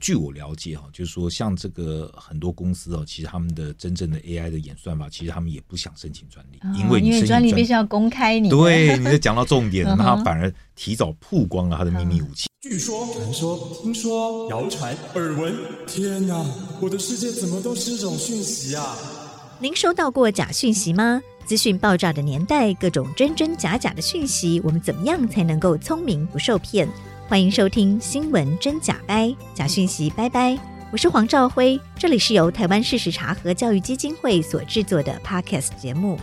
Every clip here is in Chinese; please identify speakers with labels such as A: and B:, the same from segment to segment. A: 据我了解哈，就是说像这个很多公司哦，其实他们的真正的 AI 的演算法，其实他们也不想申请专利，
B: 哦
A: 因为你
B: 因
A: 申请
B: 为专利必须要公开你的
A: 对，你在讲到重点，
B: 嗯
A: 那
B: 哼嗯
A: 他反而提早曝光了他的秘密武器。
C: 据说、传说、听说、谣传、耳闻，天哪！我的世界怎么都是这种讯息啊！
D: 您收到过假讯息吗？资讯爆炸的年代，各种真真假假的讯息，我们怎么样才能够聪明不受骗？欢迎收听《新闻真假掰》，假讯息拜拜。我是黄兆辉，这里是由台湾事实查核教育基金会所制作的 Podcast 节目。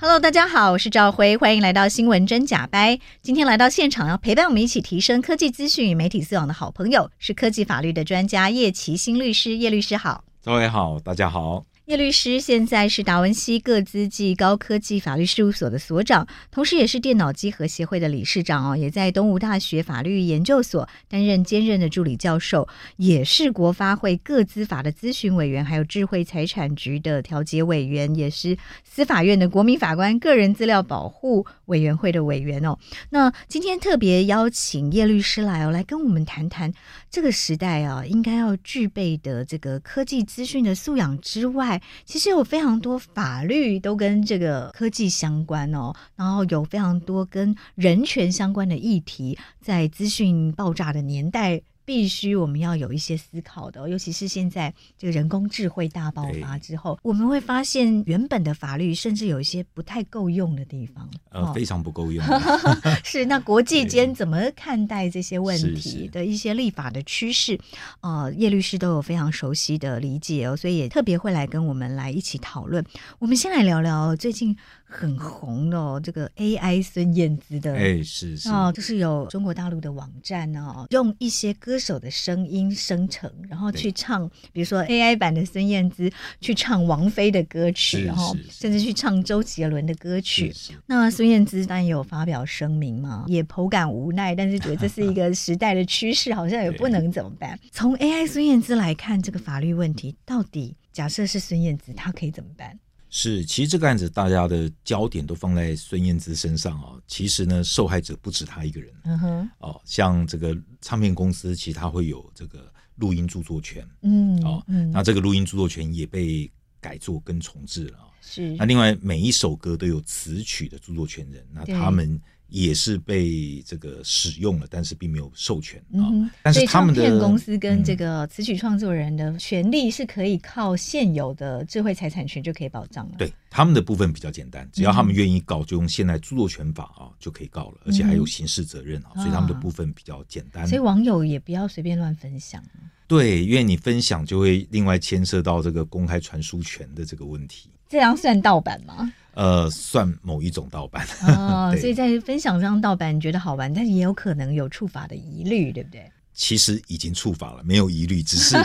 D: Hello，大家好，我是赵辉，欢迎来到新闻真假掰。今天来到现场，要陪伴我们一起提升科技资讯与媒体素养的好朋友是科技法律的专家叶奇新律师。叶律师好，
A: 各位好，大家好。
D: 叶律师现在是达文西各资暨高科技法律事务所的所长，同时也是电脑机核协会的理事长哦，也在东吴大学法律研究所担任兼任的助理教授，也是国发会各资法的咨询委员，还有智慧财产局的调解委员，也是司法院的国民法官个人资料保护委员会的委员哦。那今天特别邀请叶律师来哦，来跟我们谈谈这个时代啊，应该要具备的这个科技资讯的素养之外，其实有非常多法律都跟这个科技相关哦，然后有非常多跟人权相关的议题，在资讯爆炸的年代。必须我们要有一些思考的哦、尤其是现在这个人工智慧大爆发
A: 对
D: 之后，我们会发现原本的法律甚至有一些不太够用的地方。
A: 呃，
D: 哦
A: 非常不够 用。啊
D: 是，那国际间怎么看待这些问
A: 是
D: 题
A: 是
D: 的一些立法的趋势？呃，叶律师都有非常熟悉的理解哦，所以也特别会来跟我们来一起讨论。我们先来聊聊最近很红的、哦、这个 AI 孙燕姿的。
A: 哎，是是，
D: 哦，就是有中国大陆的网站哦，用一些歌手的声音生成，然后
A: 对
D: 去唱，比如说 AI 版的孙燕姿去唱王菲的歌
A: 是
D: 曲，
A: 是
D: 然后
A: 是
D: 甚至去唱周杰伦的歌曲
A: 是。是
D: 那孙燕姿当然也有发表声明嘛，也颇感无奈，但是觉得这是一个时代的趋势，好像也不能怎么办。从 AI 孙燕姿来看，这个法律问题到底，假设是孙燕姿，她可以怎么办？
A: 是，其实这个案子大家的焦点都放在孙燕姿身上哦。其实呢，受害者不止她一个人
D: 嗯哼，
A: 哦，像这个唱片公司，其实它会有这个录音著作权
D: 嗯，
A: 哦，
D: 嗯，
A: 那这个录音著作权也被改作跟重置了、哦。
D: 是
A: 那，另外每一首歌都有词曲的著作权人，那
D: 对
A: 他们也是被这个使用了，但是并没有授权啊、
D: 嗯哼
A: 但
D: 所
A: 是
D: 以
A: 他们
D: 唱片
A: 的
D: 公司跟这
A: 嗯
D: 个词曲创作人的权利是可以靠现有的智慧财产权就可以保障了。，
A: 对他们的部分比较简单，只
D: 嗯
A: 要他们愿意告，就用现在著作权法啊就可以告了，而且还有刑事责任啊，所以他们的部分比较简单
D: 嗯所。以网友也不要随便乱分享。啊
A: 对，因为你分享就会另外牵涉到这个公开传输权的这个问题，
D: 这样算盗版吗？
A: 呃，算某一种盗版。
D: 哦，
A: 对
D: 所以在分享上盗版你觉得好玩，但是也有可能有触法的疑虑，对不对？
A: 其实已经触法了，没有疑虑，只是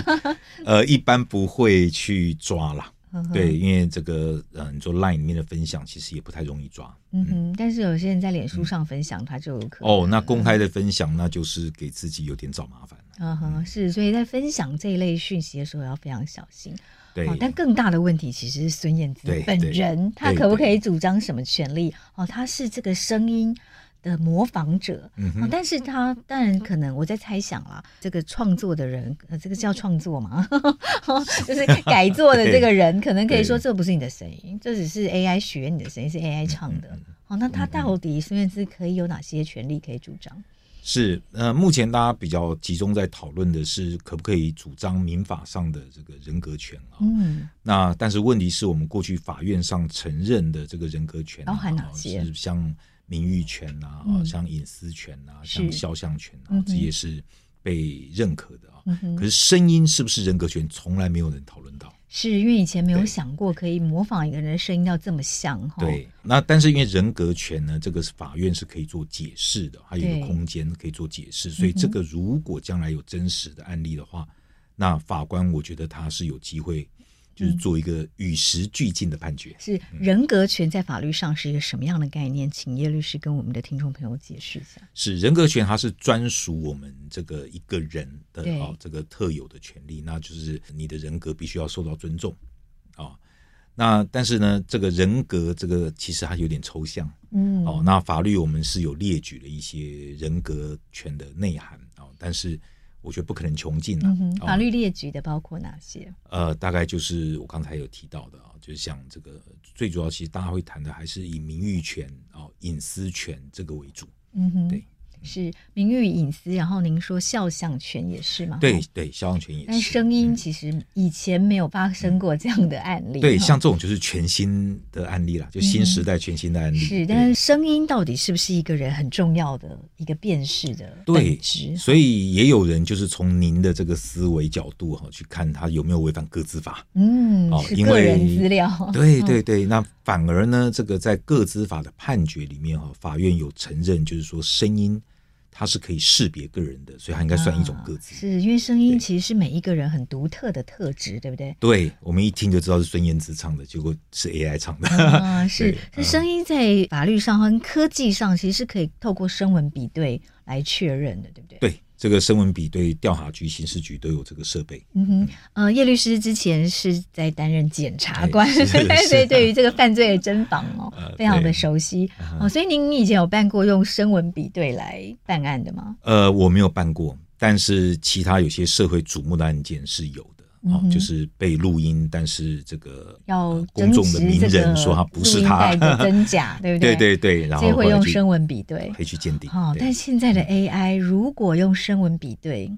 A: 呃一般不会去抓啦。
D: 嗯哼
A: 对，，因为这个呃，你做 Line 里面的分享其实也不太容易抓。
D: 嗯哼。但是有些人在脸书上分享，他就有可能
A: 哦，那公开的分享那就是给自己有点找麻烦了。
D: 嗯哼，是，所以在分享这一类讯息的时候要非常小心。
A: 对，
D: 哦，但更大的问题其实是孙燕姿
A: 对
D: 本
A: 对
D: 人，她
A: 对
D: 可不可以
A: 对
D: 主张什么权利？哦，她是这个声音的模仿者，
A: 嗯
D: 哦
A: 哼，，
D: 但是他当然可能我在猜想啦，这个创作的人，呃，这个叫创作 嘛， 就是改作的这个人，可能可以说
A: 嗯对
D: 这不是你的声音，这只是 AI 学你的声音，是 AI 唱
A: 嗯
D: 的。好、那他到底孙燕姿可以有哪些权利可以主张？
A: 是，呃，目前大家比较集中在讨论的是可不可以主张民法上的这个人格权啊、
D: 嗯，
A: 那但是问题是我们过去法院上承认的这个人格权、啊，
D: 包含哪些
A: 是像名誉权呐、啊
D: 嗯
A: 像隐私权呐、
D: 是
A: 像肖像权啊
D: 嗯，哼
A: 这些是被认可的啊、
D: 嗯哼哦
A: 可是声音是不是人格权，从来没有人讨论到。
D: 是因为以前没有
A: 对
D: 想过可以模仿一个人的声音到这么像哈。哦，
A: 对，那但是因为人格权呢，这个是法院是可以做解释的，还有一
D: 对嗯
A: 个空间可以做解释，所以这个如果将来有真实的案例的话，那法官我觉得他是有机会，
D: 嗯
A: 就是做一个与时俱进的判决。
D: 是人格权在法律上是一个什么样的概念？请叶律师跟我们的听众朋友解释一下。
A: 是人格权，它是专属我们这个一个人的
D: 对
A: 哦，这个特有的权利，那就是你的人格必须要受到尊重啊、哦那但是呢，这个人格这个其实它有点抽象
D: 嗯，
A: 哦。那法律我们是有列举了一些人格权的内涵哦，但是我觉得不可能穷尽啊
D: 嗯哼。
A: 哦
D: 法律列举的包括哪些？
A: 呃，大概就是我刚才有提到的啊，就是像这个最主要，其实大家会谈的还是以名誉权哦、隐私权这个为主。
D: 嗯哼，
A: 对，
D: 是名誉隐私。然后您说肖像权也是吗？
A: 对
D: 哦。
A: 对，肖像权也
D: 但
A: 是。嗯
D: 声音其实以前没有发生过这样的案例。
A: 对，
D: 哈嗯
A: 像这种就是全新的案例啦，就新时代全新的案例。
D: 是，
A: 对
D: 但是声音到底是不是一个人很重要的一个辨识的
A: 对
D: 本质，？
A: 所以也有人就是从您的这个思维角度哈、去看他有没有违反个资法。
D: 嗯，
A: 哦
D: 是
A: 因
D: 个人
A: 为
D: 资料。
A: 对
D: 嗯
A: 对对，那反而呢，这个在个资法的判决里面哈、法院有承认，就是说声音它是可以识别个人的，所以它应该算一种个资。
D: 啊是因为声音
A: 对
D: 其实是每一个人很独特的特质，对 不对？
A: 对我们一听就知道是孙燕姿唱的，结果是 AI 唱的。
D: 啊，是
A: 对，嗯
D: 这声音在法律上和科技上其实是可以透过声纹比对来确认的，对不对？
A: 对，这个声纹比对调查局、刑事局都有这个设备。
D: 嗯哼，呃，叶律师之前是在担任检察官，
A: 哎是
D: 所以
A: 是
D: 所以对于这个犯罪的侦防哦
A: 呃，
D: 非常的
A: 对啊
D: 熟悉哦。所以您以前有办过用声纹比对来办案的吗？
A: 呃，我没有办过，但是其他有些社会瞩目的案件是有的。哦
D: 嗯哼，
A: 就是被录音，但是这个
D: 要
A: 呃公
D: 争
A: 众
D: 执
A: 的名
D: 这个
A: 人说他不是
D: 录
A: 他
D: 音带， 的真假，对不
A: 对对
D: 对
A: 对，然
D: 所以
A: 后
D: 会
A: 后来
D: 用
A: 就
D: 声纹比对
A: 可以去鉴定。
D: 哦，
A: 对
D: 但现在的 AI 如果用声纹比对，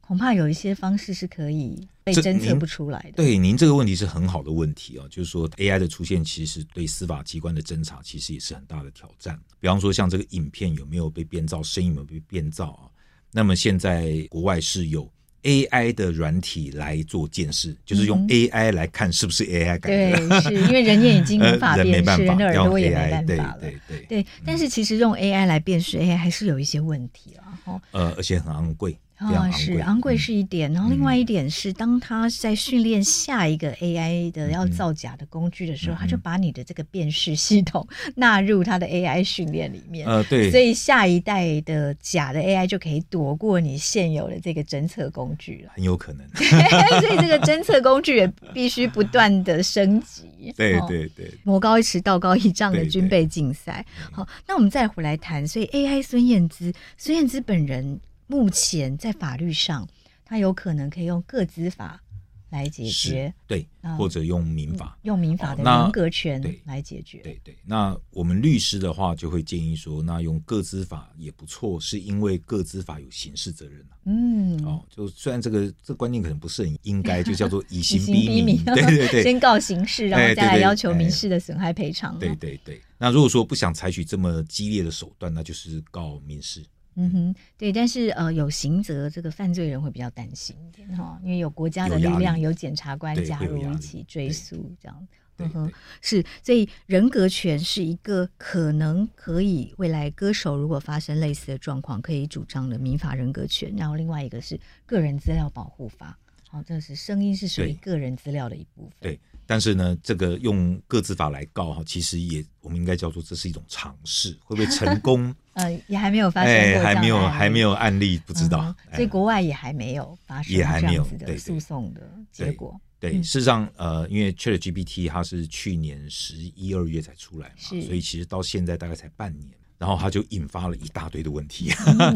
D: 恐怕有一些方式是可以被
A: 这
D: 侦测
A: 您
D: 不出来的。
A: 对您这个问题是很好的问题啊、哦，就是说 AI 的出现其实对司法机关的侦查其实也是很大的挑战。比方说像这个影片有没有被变造，声音有没有被变造啊？那么现在国外是有 AI 的软体来做监视，就是用 AI 来看是不是 AI 改的。
D: 嗯对，是因为人眼已 经
A: 呃
D: 无法，
A: 人
D: 辨
A: 没办
D: 识，人
A: 法，
D: 的耳
A: 要用
D: 朵也
A: AI，
D: 没办
A: 对
D: 法了。
A: 对对
D: 对，但是其实用 AI 来辨识 AI 还是有一些问题了。哦，
A: 呃，而且很昂贵，非常
D: 啊，
A: 昂
D: 是
A: 贵，
D: 昂贵
A: 嗯
D: 是一点，然后另
A: 嗯
D: 外一点是，当他在训练下一个 AI
A: 嗯
D: 的要造假的工具的时候，他就把你的这个辨识系统 纳入他的 AI 训练里面。
A: 呃，对，。
D: 所以下一代的假的 AI 就可以躲过你现有的这个侦测工具了
A: 很有可能，
D: 所以这个侦测工具也必须不断的升级。
A: 对
D: 哦
A: 对对，
D: 魔高一尺，道高一丈的
A: 对
D: 军备竞赛。好，那我们再回来谈，所以 AI 孙燕姿，孙燕姿本人目前在法律上，她有可能可以用个资法来解
A: 是
D: 决，，
A: 对
D: 啊，
A: 或者用民法，
D: 用民法的
A: 哦那
D: 人格权
A: 对
D: 来解决。
A: 对对，那我们律师的话就会建议说，那用个资法也不错，是因为个资法有刑事责任、啊、
D: 嗯，
A: 哦。就虽然这个这观念可能不是很应该，就叫做以
D: 以
A: 刑
D: 刑
A: 逼
D: 逼
A: 民，对对
D: 先
A: 对。
D: 告刑事，然后
A: 哎
D: 再来
A: 对对
D: 要求民
A: 哎
D: 事的损害赔偿。
A: 对，对对，那如果说不想采取这么激烈的手段，那就是告民事。
D: 嗯哼，对，但是呃，有刑责，这个犯罪人会比较担心一点哈，因为有国家
A: 有
D: 的力
A: 压力
D: 量，有检察官
A: 对
D: 加
A: 会有
D: 入
A: 压
D: 一
A: 力
D: 起追
A: 对
D: 诉，这样。
A: 对
D: 嗯哼
A: 对，
D: 是，所以人格权是一个可能可以未来歌手如果发生类似的状况可以主张的民法人格权，然后另外一个是个人资料保护法，好、这是声音是属
A: 对
D: 于个人资料的一部分。
A: 对，但是呢，这个用个资法来告哈，其实也我们应该叫做这是一种尝试，会不会成功？
D: 呃，也还没 有发生过
A: 哎，
D: 这样
A: 还
D: 的
A: 没有
D: 案
A: 还
D: 例
A: 没有案例，不知道。
D: 嗯哼
A: 哎
D: 所以国外也还没有发生
A: 也还
D: 这
A: 没
D: 样
A: 有
D: 子的
A: 对对
D: 诉讼的结
A: 对
D: 果。
A: 对，
D: 嗯
A: 事实上，呃，因为 Chat GPT 它是去年十一二月才出来嘛，
D: 是
A: 所以其实到现在大概才半年，然后它就引发了一大堆的问题，
D: 嗯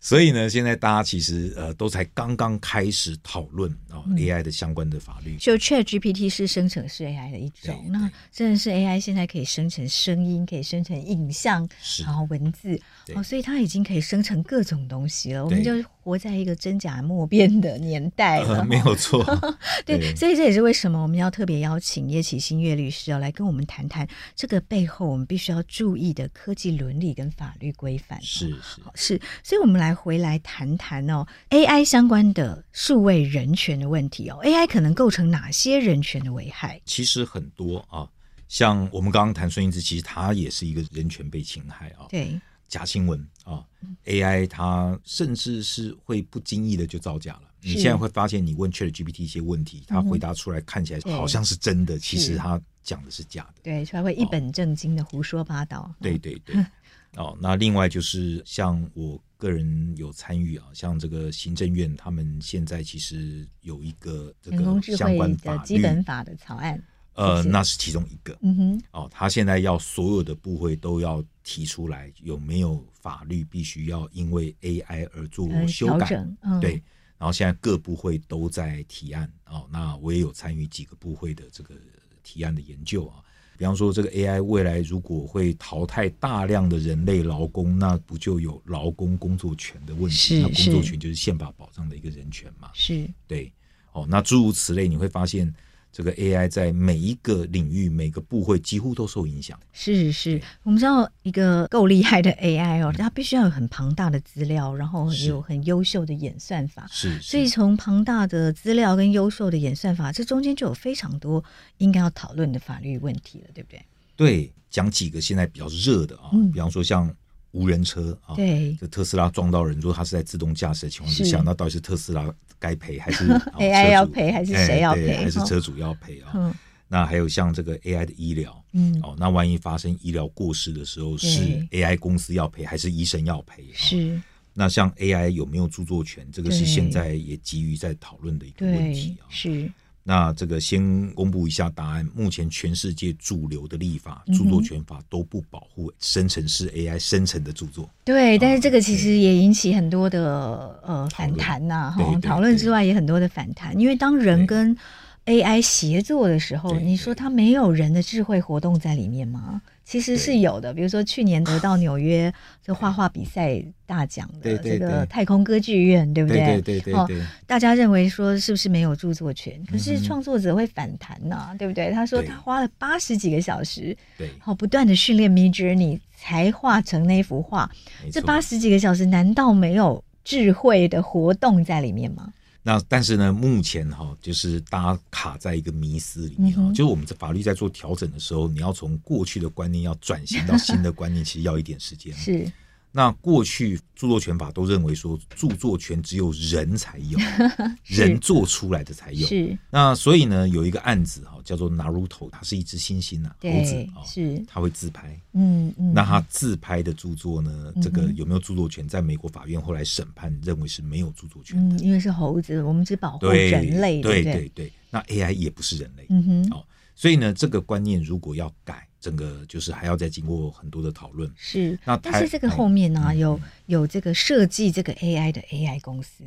A: 所以呢，现在大家其实呃都才刚刚开始讨论哦、AI
D: 嗯
A: 的相关的法律。
D: 就 Chat GPT 是生成式 AI 的一种，
A: 对
D: 那
A: 对
D: 真的是 AI 现在可以生成声音，可以生成影像，
A: 是
D: 然后文字，
A: 嗯对
D: 哦，所以它已经可以生成各种东西了。我们
A: 对
D: 就活在一个真假莫辨的年代了。
A: 呃， 没有 错，
D: 对，
A: 对
D: 所以这也是为什么我们要特别邀请叶启新叶律师哦来跟我们谈谈这个背后我们必须要注意的科技伦理跟法律规范哦。
A: 是是，
D: 是，所以我们来回来谈谈哦，AI 相关的数位人权的问题哦，AI 可能构成哪些人权的危害？
A: 其实很多啊，像我们刚刚谈孙燕姿，其实她也是一个人权被侵害啊，
D: 对，
A: 假新闻啊、a
D: 嗯
A: i 它甚至是会不经意的就造假了。你
D: 是嗯
A: 现在会发现，你问 Chat GPT 一些问题，它回答出来看起来
D: 对
A: 好像是真的，其
D: 是
A: 实它讲的是假的。
D: 对，才会一本正经的胡说八道。
A: 哦对对 对，哦，那另外就是像我个人有参与啊，像这个行政院他们现在其实有一个这
D: 人工
A: 个
D: 智
A: 相
D: 慧
A: 关
D: 的
A: 法
D: 基
A: 律，
D: 本法的草案，
A: 呃，
D: 是
A: 那是其中一个
D: 嗯哼，
A: 哦。他现在要所有的部会都要提出来，有没有法律必须要因为 AI 而做
D: 呃
A: 修
D: 调
A: 改？
D: 整，嗯，
A: 对，然后现在各部会都在提案哦，那我也有参与几个部会的这个提案的研究啊。比方说，这个 AI 未来如果会淘汰大量的人类劳工，那不就有劳工工作权的问
D: 是
A: 题？那工作
D: 是
A: 权就是宪法保障的一个人权嘛。
D: 是，
A: 对，哦，那诸如此类，你会发现这个 AI 在每一个领域、每个部会几乎都受影响。
D: 是是，我们知道一个够厉害的 AI 哦，它必须要有很庞大的资料，然后
A: 嗯是
D: 有很优秀的演算法。
A: 是，
D: 所以从庞大的资料跟优秀的演算法，这中间就有非常多应该要讨论的法律问题了，对不对？
A: 对，讲几个现在比较热的啊，
D: 嗯
A: 比方说像无人车啊，
D: 对
A: 这特斯拉撞到人，如果它是在自动驾驶的情况之
D: 是
A: 下，那到底是特斯拉该赔还 是哦车主
D: AI 要赔还是
A: 哎
D: 谁要
A: 对
D: 赔
A: 还是
D: 哈
A: 车主要赔啊？
D: 嗯
A: 那还有像这个 AI 的医疗。
D: 嗯，
A: 哦，那万一发生医疗过失的时候，是 AI 公司要赔还是医生要赔？哦
D: 是
A: 那像 AI 有没有著作权，这个
D: 对
A: 是现在也急于在讨论的一个问
D: 对
A: 题啊。
D: 是
A: 那这个先公布一下答案，目前全世界主流的立法
D: 嗯哼
A: 著作权法都不保护生成式 AI 生成的著作。
D: 对，但是这个其
A: 哦对
D: 实也引起很多的
A: 讨
D: 呃反
A: 论
D: 弹呐、
A: 对
D: 哈，
A: 对
D: 讨论
A: 对
D: 之外也很多的反弹，因为当人
A: 对
D: 跟 AI 协作的时候，
A: 对
D: 你说
A: 对
D: 它没有人的智慧活动在里面吗？其实是
A: 对
D: 有的，比如说去年得到纽约这画画比赛大奖的
A: 对
D: 这
A: 对
D: 个
A: 对
D: 太空歌剧院，对不
A: 对对对
D: 哦
A: 对对
D: 大家认为说是不是没有著作权？可是
A: 嗯哼
D: 创作者会反弹呐、对不对？他说
A: 对
D: 他花了八十几个小时，
A: 对，
D: 然后不断的训练 Mid Journey 才画成那幅画。
A: 没
D: 这
A: 错。
D: 八十几个小时难道没有智慧的活动在里面吗？
A: 那但是呢，目前哈、就是大家卡在一个迷思里面啊、
D: 嗯哼
A: 就是我们这法律在做调整的时候，你要从过去的观念要转型到新的观念，其实要一点时间。啊
D: 是
A: 那过去著作权法都认为说，著作权只有人才 有，
D: 是
A: 人做出来的才有。
D: 是，
A: 那所以呢，有一个案子哈、叫做 Naruto，它是一只猩猩啊，猴子
D: 对
A: 啊、，
D: 是，
A: 它会自拍。
D: 嗯嗯，
A: 那他自拍的著作呢，这个
D: 嗯哼
A: 有没有著作权，在美国法院后来审判认为是没有著作权的。
D: 嗯，因为是猴子，我们只保护
A: 对，
D: 人类，
A: 对
D: 不对？
A: 对对，那 AI 也不是人类。
D: 嗯哼，
A: 哦，所以呢，这个观念如果要改，整个就是还要再经过很多的讨论。
D: 是。
A: 那
D: 但
A: 台
D: 是这个
A: 嗯
D: 后面呢、
A: 嗯
D: 有有这个设计这个 AI 的 AI 公司。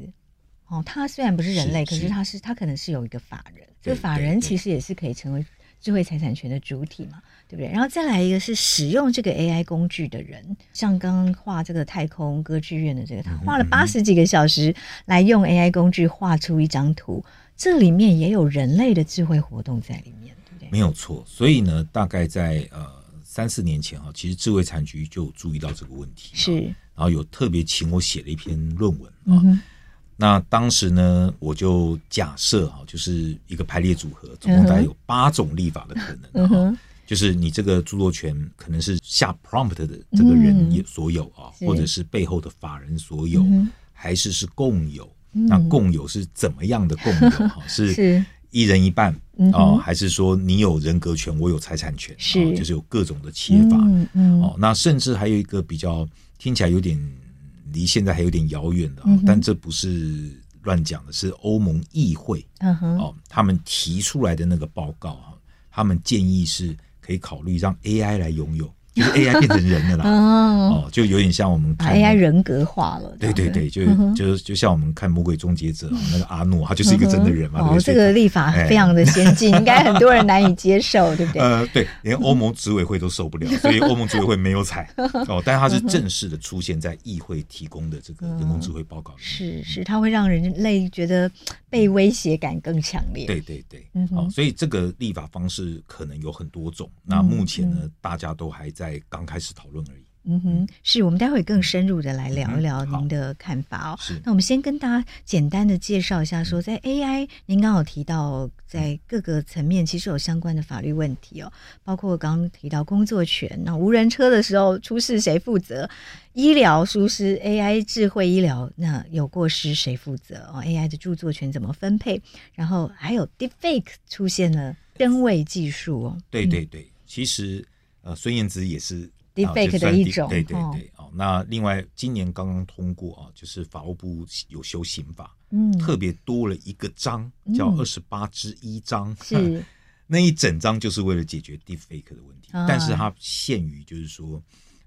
D: 哦，它虽然不是人类，
A: 是
D: 可是
A: 是
D: 它是它可能是有一个法人，这
A: 对
D: 个法
A: 对
D: 人
A: 对
D: 其实也是可以成为智慧财产权的主体嘛，对不对？然后再来一个是使用这个 AI 工具的人，像刚刚画这个太空歌剧院的这个，他花了
A: 嗯哼
D: 八十几个小时来用 AI 工具画出一张图，这里面也有人类的智慧活动在里面，对不对？
A: 没有错，所以呢，大概在呃三四年前啊，其实智慧产局就有注意到这个问题，
D: 是，，
A: 然后有特别请我写了一篇论文啊。
D: 嗯哼，
A: 那当时呢，我就假设哈，就是一个排列组合，总共大概有八种立法的可能
D: 嗯
A: 啊。
D: 哼，
A: 就是你这个著作权可能是下 prompt 的这个人
D: 嗯
A: 也所有啊，
D: 是
A: 或者是背后的法人所有，
D: 嗯哼
A: 还是是共有？
D: 嗯
A: 那共有是怎么样的共有？ 哈、是
D: 是，
A: 一人一半
D: 嗯
A: 哦、
D: 哼
A: 还是说你有人格权，我有财产权？
D: 是
A: 哦就是有各种的切法、
D: 嗯嗯
A: 哦。那甚至还有一个比较听起来有点离现在还有点遥远的、啊
D: 嗯哼
A: 但这不是乱讲的，是欧盟议会。
D: 嗯哼，
A: 哦，他们提出来的那个报告哈，他们建议是可以考虑让 AI 来拥有， 就是 AI 变成人的啦。
D: 哦，
A: 哦，就有点像我们
D: 把
A: 看
D: AI 啊人格化了。
A: 对对对，就
D: 嗯哼
A: 就就像我们看《魔鬼终结者》哦那个阿诺，他就是一个真的人嘛。对
D: 嗯哼
A: 不
D: 哦，
A: 对
D: 这个立法
A: 哎
D: 非常的 先进，应该很多人难以接受，对不对？
A: 呃，对，连欧盟执委会都受不 了，所以欧盟执委会没有采哦，但它是正式的出现在议会提供的这个人工智慧报告里面。
D: 是是，它会让人类觉得被威胁感更强烈。，
A: 对对对，
D: 嗯哼
A: 哦，所以这个立法方式可能有很多种。那目前呢，大家都还在刚开始讨论而已。
D: 嗯哼，是我们待会更深入的来聊一聊
A: 嗯好
D: 您的看法哦。
A: 是
D: 那我们先跟大家简单的介绍一下说在 AI，您刚好提到在各个层面其实有相关的法律问题哦，包括刚刚提到工作权，那无人车的时候出事谁负责？医疗疏失，AI 智慧医疗那有过失谁负责？哦，AI 的著作权怎么分配？然后还有 Deepfake 出现了真伪技术哦，
A: 对对对，其实呃，孙燕姿也是
D: Deepfake
A: 啊就算
D: 的一种
A: 对对
D: 哦
A: 对哦。那另外，今年刚刚通过啊，就是法务部有修刑法，
D: 嗯，
A: 特别多了一个章，叫
D: 嗯
A: 二十八之一章。
D: 是
A: 那一整章就是为了解决 deepfake 的问题，
D: 啊
A: 但是它限于就是说，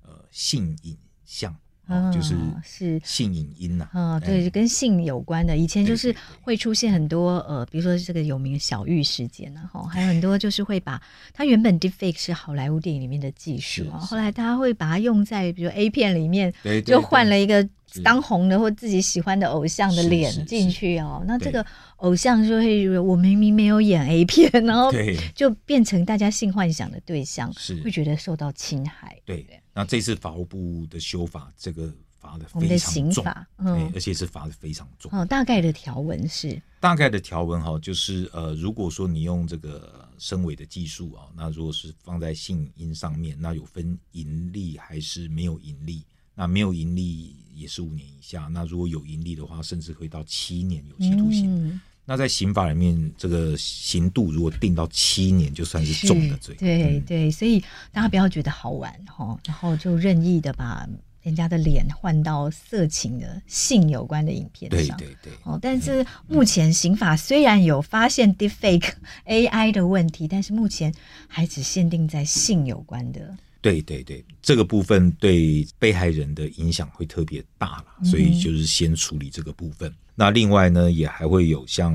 A: 呃，性影像，
D: 啊
A: 啊，就是
D: 是
A: 性影音呐、
D: 啊、
A: 哎
D: 对，就跟性有关的。以前就
A: 对对
D: 是
A: 对
D: 会出现很多呃，比如说这个有名的小玉事件啊，哈，还有很多就是会把它原本 deepfake 是好莱坞电影里面的技术
A: 是
D: 啊，
A: 是
D: 后来大家会把它用在比如 A 片里面，
A: 对对
D: 就换
A: 对
D: 了一个
A: 是
D: 当红的或自己喜欢的偶像的
A: 是
D: 脸
A: 是
D: 进
A: 是
D: 去哦，那这
A: 对
D: 个偶像就会以为我明明没有演 A 片，然后
A: 对
D: 就变成大家性幻想的对象，
A: 是
D: 会觉得受到侵害。
A: 对。那这次法务部的修法，这个罚的
D: 我们的
A: 非常
D: 刑
A: 重，
D: 法，
A: 哎
D: 嗯，
A: 而且是罚的非常重。
D: 哦，大概的条文是，
A: 大概的条文哈，就是呃，如果说你用这个升维的技术啊，那如果是放在性音上面，那有分盈利还是没有盈利？那没有盈利也是五年以下，那如果有盈利的话，甚至会到七年有期徒刑。
D: 嗯，
A: 那在刑法里面，这个刑度如果定到七年，就算是重的罪。
D: 对
A: 嗯
D: 对，所以大家不要觉得好玩哈，然后就任意的把人家的脸换到色情的性有关的影片
A: 对嗯
D: 上。
A: 对对，
D: 哦，但是目前刑法虽然有发现 deepfake AI 的问题，但是目前还只限定在性有关的。
A: 对对对，这个部分对被害人的影响会特别大啦，所
D: 嗯
A: 以就是先处理这个部分。那另外呢，也还会有像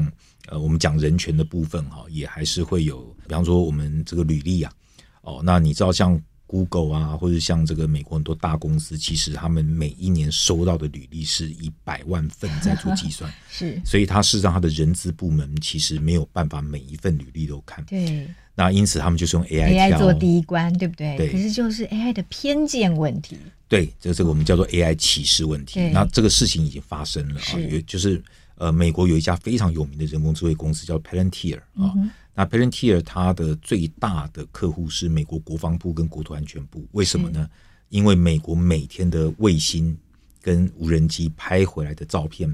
A: 呃，我们讲人权的部分哈、也还是会有，比方说我们这个履历啊，哦，那你知道像 Google 啊，或者像这个美国很多大公司，其实他们每一年收到的履历是以百万份在做计算，
D: 是，
A: 所以它事实上它的人资部门其实没有办法每一份履历都看，
D: 对
A: 那因此他们就是用 AI
D: AI
A: 嗯挑
D: 做第一关，对不对？
A: 对
D: 可是就是 AI 的偏见问题。
A: 对，这是我们叫做 AI 歧视问题
D: 对。
A: 那这个事情已经发生了啊，
D: 是
A: 有就是呃，美国有一家非常有名的人工智慧公司叫 Palantir
D: 嗯
A: 啊。那 Palantir 它的最大的客户是美国国防部跟国土安全部，为什么呢？因为美国每天的卫星跟无人机拍回来的照片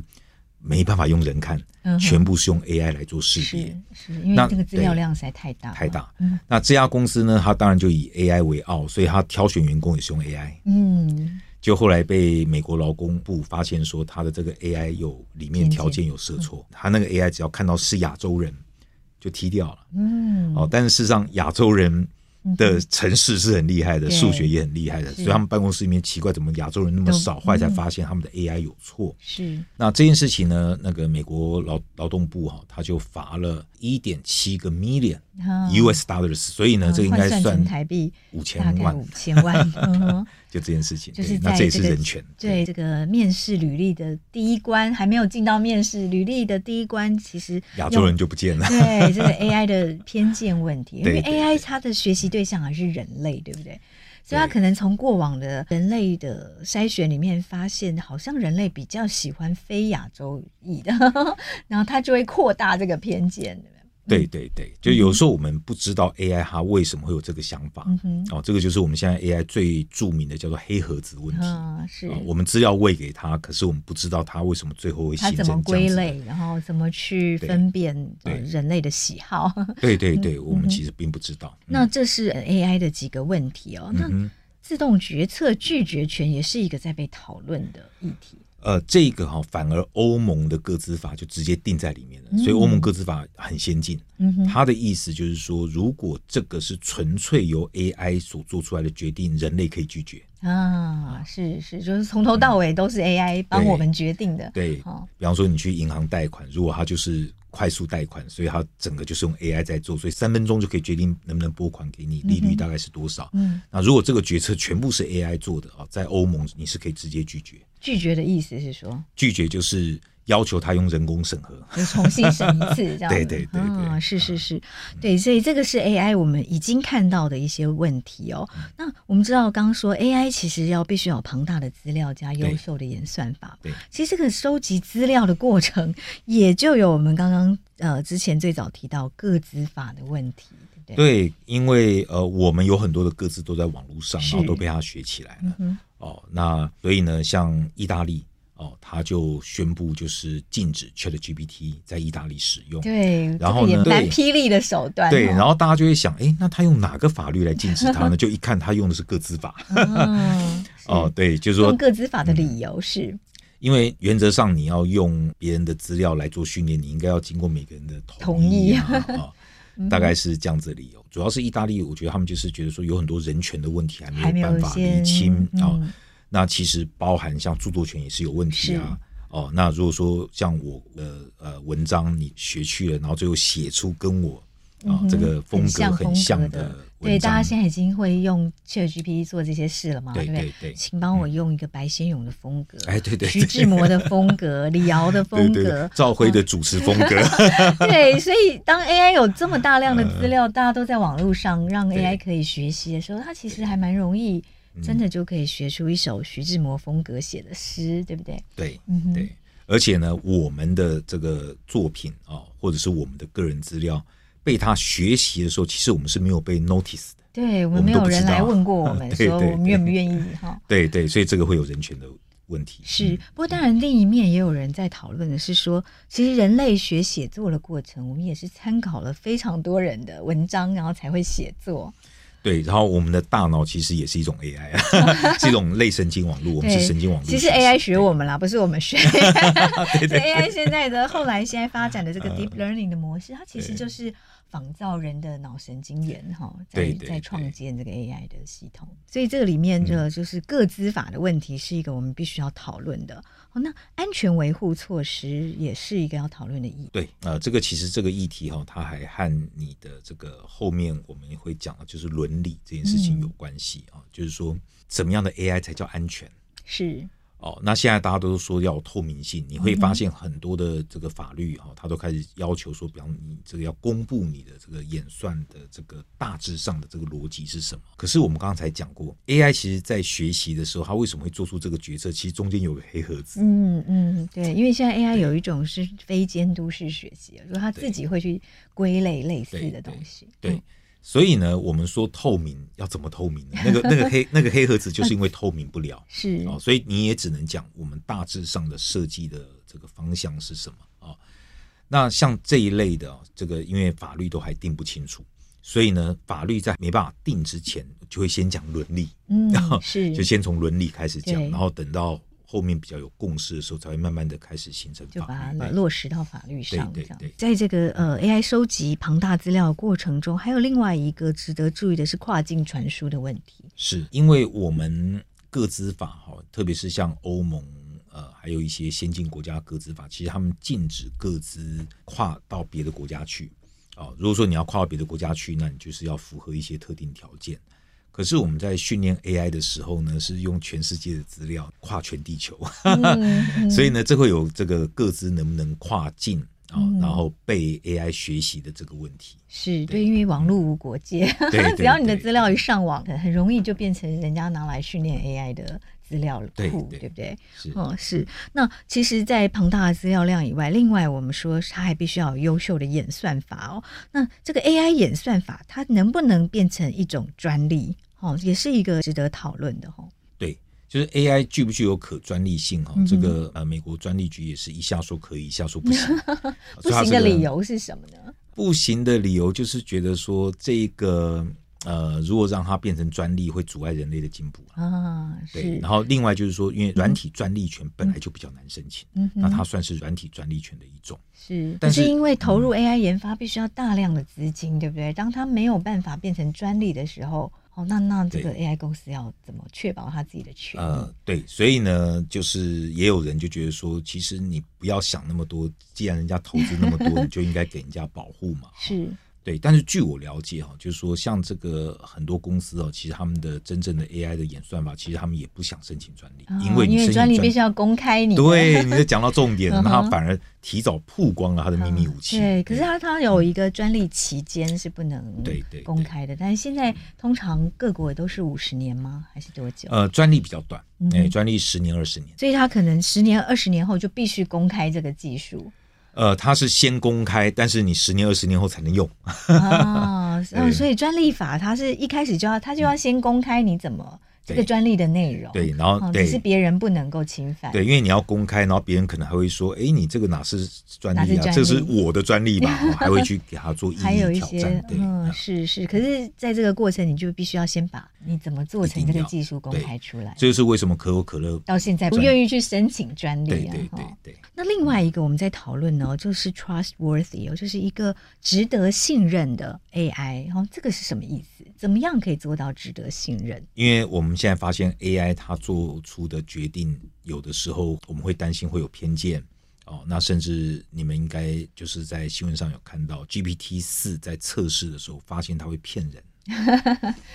A: 没办法用人看，
D: 嗯哼
A: 全部是用 AI 来做识别。
D: 是是，因为
A: 那
D: 这个资料
A: 对
D: 量实在太大，
A: 太。大。
D: 嗯
A: 那这家公司呢，它当然就以 AI 为傲，所以它挑选员工也是用 AI。
D: 嗯，
A: 就后来被美国劳工部发现说，他的这个 AI 有里面条件有设错，
D: 嗯
A: 他那个 AI 只要看到是亚洲人就踢掉了。
D: 嗯，
A: 哦，但是事实上亚洲人的城市是很厉害的，
D: 对
A: 数学也很厉害的，
D: 是嗯
A: 所以他们办公室里面奇怪怎么亚洲人那么
D: 都
A: 少，后来才发现他们的 AI 有错。
D: 是
A: 那这件事情呢，那个美国劳劳动部哈、他就罚了一点七个 million
D: 啊
A: US dollars，所以呢，
D: 啊
A: 这个应
D: 换
A: 该
D: 算
A: 算
D: 成台币
A: 五
D: 大
A: 千
D: 概
A: 万，
D: 五千万，嗯哼
A: 就这件事情，
D: 就是
A: 对那这
D: 在
A: 也
D: 这
A: 是
D: 个
A: 人权，
D: 对这个面试履历的第一关还没有进到面试履历的第一关，其实
A: 亚洲
D: 用
A: 人就不见了。
D: 对这个 AI 的偏见问题，因
A: 对
D: 为
A: 对
D: AI
A: 对
D: 它的学习对象还是人类，对不对？所以它
A: 对
D: 可能从过往的人类的筛选里面发现，好像人类比较喜欢非亚洲裔的，然后它就会扩大这个偏见。对不对
A: 对对对，
D: 嗯
A: 就有时候我们不知道 AI 它为什么会有这个想法，
D: 嗯哼，
A: 哦，这个就是我们现在 AI 最著名的叫做黑盒子问题。啊，
D: 嗯，是。
A: 我们资料喂给它，可是我们不知道它为什么最后会
D: 它
A: 形
D: 怎
A: 成
D: 么
A: 这样
D: 归
A: 子的
D: 类，然后怎么去
A: 对
D: 分辨呃
A: 对
D: 人类的喜好？
A: 对对
D: 嗯
A: 对，我们其实并不知道。
D: 那这是 AI 的几个问题哦。那自动决策拒绝权也是一个在被讨论的议题。
A: 呃，这个哈、反而欧盟的个资法就直接定在里面了，所以欧盟个资法很先进。
D: 嗯哼，
A: 它的意思就是说，如果这个是纯粹由 AI 所做出来的决定，人类可以拒绝。
D: 啊，是是，就是从头到尾都是 AI 帮我们决定的。
A: 对，
D: 好
A: 比方说你去银行贷款，如果它就是快速贷款，所以它整个就是用 AI 在做，所以三分钟就可以决定能不能拨款给你，利率大概是多少。
D: 嗯，
A: 那如果这个决策全部是 AI 做的啊，在欧盟你是可以直接拒绝，
D: 拒绝的意思是说，
A: 拒绝就是要求他用人工审核。
D: 就重新审一次，这样子。
A: 对对嗯对对
D: 啊，是是是，对，所以这个是 AI 我们已经看到的一些问题哦。
A: 嗯
D: 那我们知道，刚刚说 AI 其实要必须要有庞大的资料加优秀的演算法。
A: 对
D: 其实这个收集资料的过程，也就有我们刚刚呃之前最早提到个资法的问题，对不对？
A: 对，因为呃，我们有很多的歌词都在网络上，
D: 是嗯
A: 然后都被他学起来了。
D: 哼
A: 哦，那所以呢，像意大利哦，他就宣布就是禁止 ChatGPT 在意大利使用。
D: 对，
A: 然后
D: 这个
A: 呢
D: 也蛮
A: 对
D: 霹雳的手段哦、
A: 对，然后大家就会想，哎，那他用哪个法律来禁止他呢？ 就一看他用的是个资法。
D: 嗯，
A: 哦，对，就是
D: 用
A: 说，
D: 个资法的
A: 嗯
D: 理由是
A: 因为原则上你要用别人的资料来做训练，你应该要经过每个人的
D: 同意
A: 意啊。哦 大概是这样子的理由。主要是意大利，我觉得他们就是觉得说有很多人权的问题
D: 还
A: 还
D: 没
A: 没
D: 有
A: 有办法
D: 先
A: 厘清
D: 嗯
A: 啊、那其实包含像著作权也是有问题啊。哦，那如果说像我的呃文章你学去了，然后最后写出跟我
D: 嗯
A: 啊、这个风格很像
D: 的。对，
A: 文
D: 大家
A: 章，
D: 现在已经会用 ChatGPT 做这些事了嘛？
A: 对
D: 不对
A: 对对
D: 请帮我用一个白先勇的风格，
A: 哎对对对
D: 徐志摩的风 格，李敖的风
A: 对对
D: 格
A: 对，，赵辉的主持风格。
D: 对，所以当 AI 有这么大量的资料，大家都在网络上让 AI 可以学习的时候，它其实还蛮容易，
A: 嗯
D: 真的就可以学出一首徐志摩风格写的诗，对不对？
A: 对
D: 嗯哼，
A: 对，而且呢，我们的这个作品啊、或者是我们的个人资料，被他学习的时候，其实我们是没有被 notice 的。
D: 对我们
A: 我
D: 没
A: 们都
D: 有
A: 不知
D: 人
A: 道
D: 来问过我们
A: 对
D: 说
A: 对
D: 我们愿不
A: 对
D: 愿意 哈。
A: 对对，所以这个会有人权的问题。嗯
D: 是，不过当然，另一面也有人在讨论的是说，其实人类学写作的过程，我们也是参考了非常多人的文章，然后才会写作。
A: 对，然后我们的大脑其实也是一种 AI 啊，是一种类神经网络，我们
D: 对，
A: 是神经网络。
D: 其实 AI 学我 们啦，不是我们学。
A: 对呃
D: 所以
A: 对
D: AI 现在的后来现在发展的这个 deep learning 的模式，它其实就是仿造人的脑神经元哈，在
A: 对对
D: 在
A: 对嗯
D: 创建这个 AI 的系统。所以这个里面的就是个资法的问题是一个我们必须要讨论的。哦，那安全维护措施也是一个要讨论的议题。
A: 对，呃，这个其实这个议题哈、它还和你的这个后面我们会讲的就是伦理这件事情有关系啊、就是说怎么样的 AI 才叫安全。啊
D: 是，
A: 哦，那现在大家都说要有透明性，你会发现很多的这个法律哈、它都开始要求说，比方你这个要公布你的这个演算的这个大致上的这个逻辑是什么。可是我们刚才讲过，AI 其实在学习的时候，它为什么会做出这个决策？其实中间有个黑盒子。
D: 嗯嗯，对，因为现在 AI 有一种是非监督式学习，就是它自己会去归类类似
A: 对
D: 的
A: 对
D: 东西。
A: 对，所以呢，我们说透明要怎么透明呢？那个那个黑那个黑盒子就是因为透明不了。
D: 是，
A: 哦，所以你也只能讲我们大致上的设计的这个方向是什么啊、哦那像这一类的哦这个，因为法律都还定不清楚，所以呢，法律在没办法定之前，就会先讲伦理，
D: 嗯
A: 然后，
D: 是，
A: 就先从伦理开始讲
D: 对，
A: 然后等到后面比较有共识的时候，才会慢慢的开始形成
D: 就把
A: 法
D: 它
A: 律。哎
D: 落实到法律上。这
A: 对对
D: 样
A: 对，
D: 在这个呃 AI 收集庞大资料的过程中，还有另外一个值得注意的是跨境传输的问题。
A: 是因为我们个资法哈，特别是像欧盟呃，还有一些先进国家个资法，其实他们禁止个资跨到别的国家去。哦，如果说你要跨到别的国家去，那你就是要符合一些特定条件。可是我们在训练 AI 的时候呢，是用全世界的资料跨全地球，
D: 嗯
A: 所以呢，这会有这个各自能不能跨境啊、哦
D: 嗯
A: 然后被 AI 学习的这个问 题。
D: 是对，
A: 对
D: 因为网络无国界，
A: 对对
D: 只要你的
A: 对
D: 资料一上网，很很容易就变成人家拿来训练 AI 的资料
A: 对
D: 库，
A: 对
D: 对不对？
A: 是，
D: 哦，是。那其实，在庞大的资料量以外，另外我们说它还必须要有优秀的演算法哦。那这个 AI 演算法，它能不能变成一种专利？哦，也是一个值得讨论的哦。
A: 对，就是 AI 具不具有可专利性哈、
D: 嗯哼
A: 这个呃，美国专利局也是一下说可以，一下说不 行。哦
D: 不
A: 所以它
D: 行
A: 这
D: 的
A: 个
D: 理，由是什么呢？
A: 不行的理由就是觉得说这个呃，如果让它变成专利，会阻碍人类的进步啊。
D: 啊，
A: 对，
D: 是
A: 然，后另外就是说，因为软体专利权本来就比较难申请，
D: 嗯
A: 那
D: 哼，
A: 它算是软体专利权的一种。
D: 是，可
A: 但
D: 是
A: 是嗯
D: 因为投入 AI 研发必须要大量的资金，对不对？当它没有办法变成专利的时候，哦，那那这个 AI 公司要怎么确保它自己的权益？
A: 呃，对，所以呢，就是也有人就觉得说，其实你不要想那么多，既然人家投资那么 多，你就应该给人家保护嘛。
D: 是，
A: 对，但是据我了解哈，就是说像这个很多公司哦，其实他们的真正的 AI 的演算法，其实他们也不想申请专利，
D: 啊
A: 因为你
D: 因
A: 申请
D: 为专利必须要公开你的
A: 对，你在讲到重点，
D: 嗯哼嗯
A: 那他反而提早曝光了他的秘密武器。
D: 对，可是它它有一个专利期间是不能
A: 对对对
D: 公开的，但是现在通常各国都是五十年吗？还是多久？
A: 呃，专利比较短
D: 嗯，
A: 哎、专利十年二十年，
D: 所以它可能十年、二十年后就必须公开这个技术
A: 呃，它是先公开，但是你十年二十年后才能用。
D: 哦啊。哦，
A: 对
D: 所以专利法它是一开始就要，它就要先公开你怎么
A: 嗯
D: 这
A: 对
D: 个专利的内容，
A: 对，然后、
D: 哦，只
A: 对
D: 是别人不能够侵犯。
A: 对，因为你要公开，然后别人可能还会说：“哎，你这个哪是专
D: 哪是
A: 利啊？
D: 专利
A: 这是我的专利吧？”哦还会去给他做异
D: 还有
A: 议
D: 一
A: 挑
D: 些
A: 战。，对，
D: 嗯，
A: 嗯
D: 是是，可是在这个过程，你就必须要先把你怎么做成
A: 一
D: 这
A: 定
D: 个
A: 要
D: 技术公
A: 对
D: 开出来？
A: 啊这就是为什么可口可乐
D: 到现在不
A: 专
D: 愿意去申请专
A: 对
D: 利啊！
A: 对对
D: 哦
A: 对
D: 那另外一个我们在讨论呢，就是 trustworthy 哦，就是一个值得信任的 AI 哦，这个是什么意思？怎么样可以做到值得信任？
A: 因为我们现在发现 AI 它做出的决定，有的时候我们会担心会有偏见哦。那甚至你们应该就是在新闻上有看到 GPT 四在测试的时候，发现它会骗 人，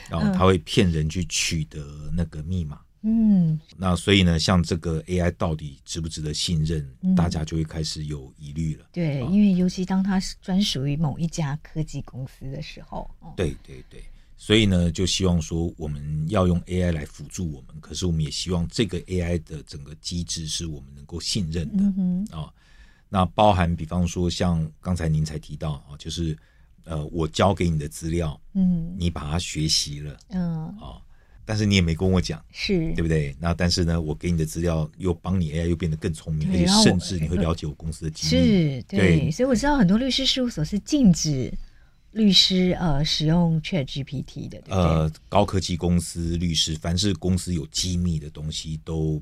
A: 然后它会骗人去取得那个密码。
D: 嗯，
A: 那所以呢，像这个 AI 到底值不值得信任，
D: 嗯
A: 大家就会开始有疑虑了。
D: 对，
A: 哦
D: 因为尤其当它是专属于某一家科技公司的时候，哦，
A: 对对对，所以呢，就希望说我们要用 AI 来辅助我们，可是我们也希望这个 AI 的整个机制是我们能够信任的
D: 嗯哼，
A: 啊、那包含比方说像刚才您才提到啊，就是呃，我交给你的资料，
D: 嗯
A: 你把它学习了
D: 嗯，
A: 啊、但是你也没跟我讲。
D: 是
A: 对不对？那但是呢，我给你的资料又帮你 AI 又变得更聪明，而
D: 对
A: 且
D: 然后
A: 甚
D: 我
A: 至你会了解我公司的机密。
D: 是，对，
A: 对
D: 所以我知道很多律师事务所是禁止律师呃使用 Chat GPT 的，对不对？
A: 呃，高科技公司、律师，凡是公司有机密的东西都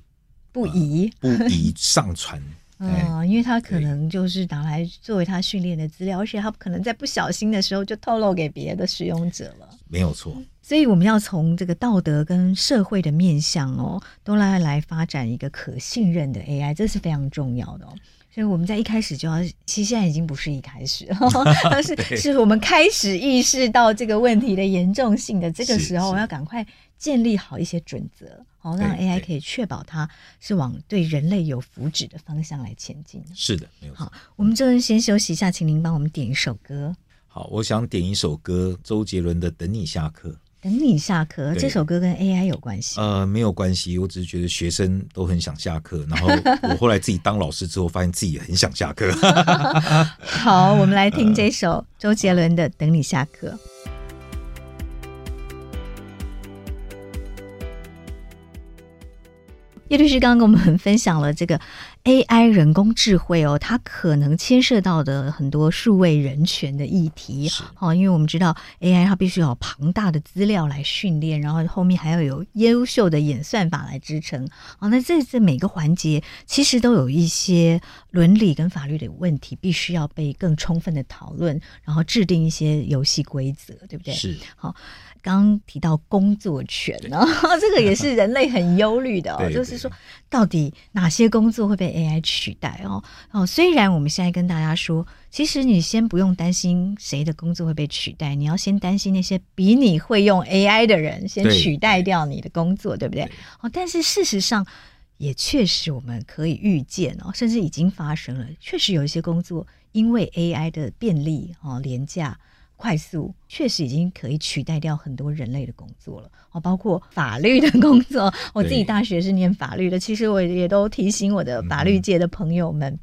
D: 不宜。
A: 不宜上传。哎，
D: 嗯，因为他可
A: 呃对
D: 能就是拿来作为他训练的资料，而且他可能在不小心的时候就透露给别的使用者了。
A: 没有错，
D: 所以我们要从这个道德跟社会的面向哦，都来来发展一个可信任的 AI，这是非常重要的哦。所以我们在一开始就要，其实现在已经不是一开始，哦 而是
A: 对
D: 是我们开始意识到这个问题的严重性的这个
A: 是
D: 时候，
A: 是
D: 要赶快建立好一些准则，好让
A: 对
D: AI
A: 对
D: 可以确保它是往对人类有福祉的方向来前进。
A: 是的，没有错。
D: 好，我们这边先休息一下，请您帮我们点一首歌。
A: 好，我想点一首歌，周杰伦的《等你下课》。
D: 等你下课，
A: 对
D: 这首歌跟 AI 有关系吗。
A: 呃，没有关系，我只是觉得学生都很想下课， 然后我后来自己当老师之后，发现自己也很想下课。
D: 好，我们来听这首周杰伦的《等你下课》。叶律师刚刚跟我们分享了这个 AI 人工智慧哦，它可能牵涉到的很多数位人权的议题
A: 是
D: 哦，因为我们知道 AI 它必须有庞大的资料来训练，然后后面还要有优秀的演算法来支撑哦。那这这每个环节其实都有一些伦理跟法律的问题，必须要被更充分的讨论，然后制定一些游戏规则，对不 对？
A: 是，
D: 刚提到工作权呢、啊， 这个 也是人类很忧虑的、哦，
A: 对
D: 就是说
A: 对
D: 到底哪些工作会被 AI 取代哦？哦，虽然我们现在跟大家说，其实你先不用担心谁的工作会被取代，你要先担心那些比你会用 AI 的人先
A: 对
D: 取代掉你的工作，对不对
A: 对？
D: 哦，但是事实上。也确实，我们可以预见哦，甚至已经发生了。确实有一些工作因为 AI 的便利哦、廉价、快速，确实已经可以取代掉很多人类的工作了哦，包括法律的工作。我自己
A: 对嗯
D: 大学是念法律的，其实我也都提醒我的法律界的朋友们，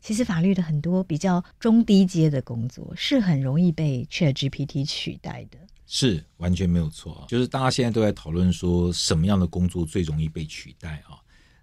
D: 其实法律的很多比较中低阶的工作是很容易被 ChatGPT 取代的。
A: 是完全没有错啊，就是大家现在都在讨论说什么样的工作最容易被取代啊。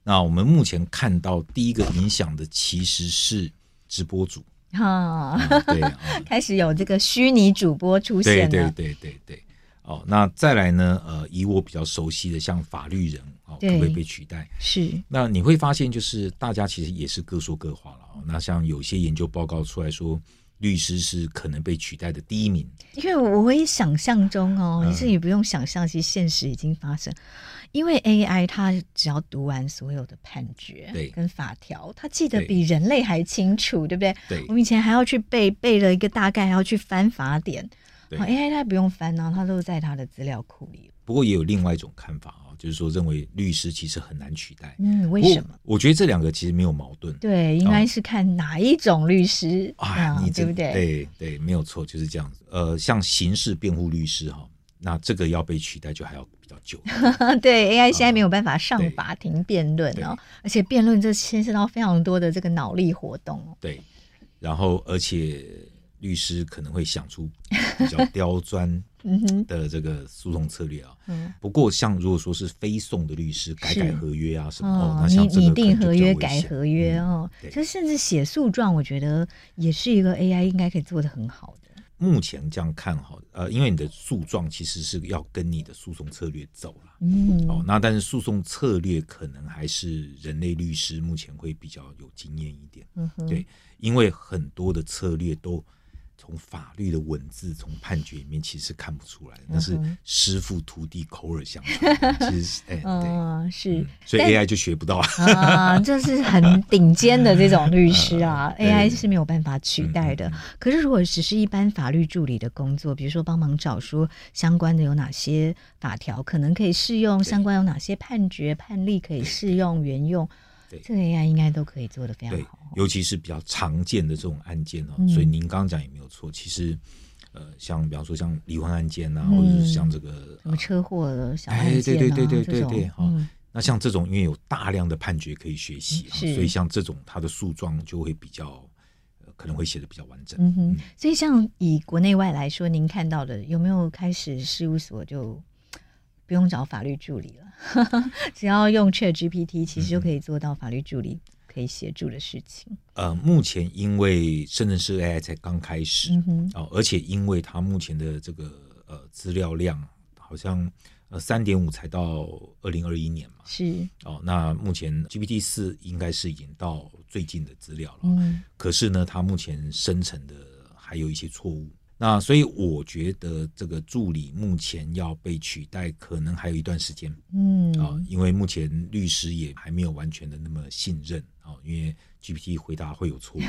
A: 那我们目前看到第一个影响的其实是直播主，
D: 哈、
A: 嗯对啊，
D: 开始有这个虚拟主播出现
A: 对
D: 了。
A: 对对对对。哦，那再来呢？呃，以我比较熟悉的，像法律人哦，可
D: 对
A: 不可以被取代？
D: 是，
A: 那你会发现，就是大家其实也是各说各话了哦。那像有些研究报告出来说，律师是可能被取代的第一名。
D: 因为我会想象中哦，
A: 嗯
D: 你自己不用想象，其实现实已经发生。因为 AI 它只要读完所有的判决
A: 对
D: 跟法条，它记得
A: 对
D: 比人类还清楚，对不对？
A: 对
D: 我们以前还要去背背了一个大概，还要去翻法典。
A: 对
D: 好 AI 它不用翻啊，它都在它的资料库里。
A: 不过也有另外一种看法啊、哦，就是说认为律师其实很难取代。
D: 嗯，为什么？
A: 不过我觉得这两个其实没有矛盾。
D: 对，应该是看哪一种律师
A: 啊
D: 啊，，
A: 你
D: 对
A: 这
D: 不对？
A: 对对，没有错，就是这样子。呃，像刑事辩护律师哈、那这个要被取代就还要比较久。
D: 对 AI 现在没有办法上
A: 啊对
D: 法庭辩论
A: 对，
D: 哦而且辩论这牵涉到非常多的这个脑力活动哦。
A: 对，然后而且律师可能会想出比较刁钻
D: 嗯哼，
A: 的这个诉讼策略啊。
D: 嗯，
A: 不过，像如果说是非讼的律师改
D: 是
A: 改合约啊什么，哦
D: 哦，
A: 那
D: 拟
A: 像这
D: 拟
A: 个可
D: 定
A: 能就
D: 合
A: 比较
D: 约、
A: 危
D: 改
A: 险
D: 合约
A: 嗯
D: 哦，
A: 对
D: 就甚至写诉状，我觉得也是一个 AI 应该可以做的很好的。
A: 目前这样看哈，呃，因为你的诉状其实是要跟你的诉讼策略走了。
D: 嗯，
A: 哦，那但是诉讼策略可能还是人类律师目前会比较有经验一点，
D: 嗯哼，
A: 对，因为很多的策略都从法律的文字、从判决里面其实看不出来的，那
D: 嗯
A: 是师傅徒弟口耳相传， 其实是哎、对，
D: 嗯，是
A: 嗯，所以
D: 但
A: AI 就学不到啊。
D: 啊，这是很顶尖的这种律师啊
A: 嗯
D: ，AI
A: 对
D: 是没有办法取代的
A: 嗯嗯。
D: 可是如果只是一般法律助理的工作，比如说帮忙找出相关的有哪些法条可能可以适用，相关有哪些判决判例可以适用原用，
A: 对
D: 这个 AI 应该都可以做得非常
A: 对
D: 好。，
A: 尤其是比较常见的这种案件哦，
D: 嗯
A: 所以您刚刚讲也没有错。其实，呃，像比方说像离婚案件啊，
D: 嗯
A: 或者是像这个
D: 什么
A: 呃
D: 车祸的小案
A: 哎，
D: 件
A: 对
D: 啊，
A: 对对对
D: 这
A: 对
D: 种
A: 对，好、
D: 嗯
A: 那像这种因为有大量的判决可以学习、啊，
D: 是
A: 所以像这种它的诉状就会比较、呃可能会写的比较完整。
D: 嗯哼，所以像以国内外来说，您看到的有没有开始事务所就不用找法律助理了， 只要用 Chat GPT，其实就可以做到法律助理可以协助的事情。
A: 呃，目前因为深圳市 AI 才刚开始
D: 嗯哼，
A: 哦、而且因为它目前的这个呃资料量好像呃三点五才到二零二一年嘛，
D: 是，
A: 哦，那目前 GPT 四应该是已经到最近的资料了，
D: 嗯
A: 可是呢，它目前生成的还有一些错误。那所以我觉得这个助理目前要被取代，可能还有一段时间
D: 嗯，
A: 啊、因为目前律师也还没有完全的那么信任啊、因为 GPT 回答会有 错误。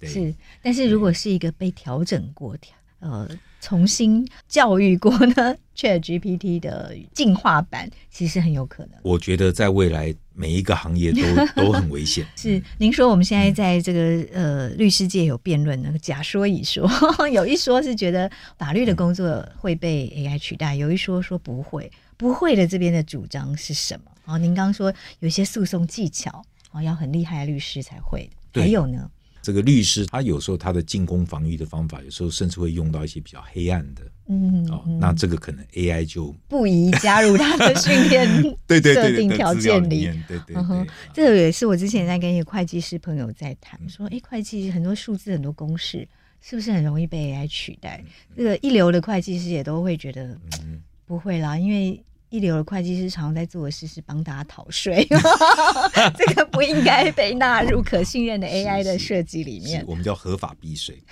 A: 对
D: 是。但是如果是一个被调整过、调呃重新教育过的 Chat GPT 的进化版，其实很有可能。
A: 我觉得在未来每一个行业都 都很危险。嗯
D: 是，嗯您说我们现在在这个呃律师界有辩论呢，假说一说， 有一说是觉得法律的工作
A: 嗯
D: 会被 AI 取代，有一说说不会，不会的这边的主张是什么？哦，您刚刚说有一些诉讼技巧哦，要很厉害的律师才会的，
A: 对
D: 还有呢，
A: 这个律师他有时候他的进攻防御的方法，有时候甚至会用到一些比较黑暗的
D: 嗯，
A: 哦。
D: 嗯
A: 那这个可能 AI 就
D: 不宜加入他的训练
A: 对对
D: 设
A: 对
D: 定
A: 的
D: 条
A: 资料
D: 件
A: 里
D: 里
A: 面，对对
D: 嗯哼
A: 对，
D: 这个也是我之前在跟一个会计师朋友在谈，说，哎，会计很多数字、很多公式，是不是很容易被 AI 取代？这个一流的会计师也都会觉得
A: 嗯，
D: 不会啦，因为一流的会计师常常在做的事是帮大家逃税， 这个不应该被纳入可信任的 AI 的设计里面嗯
A: 是。 我们叫合法避税。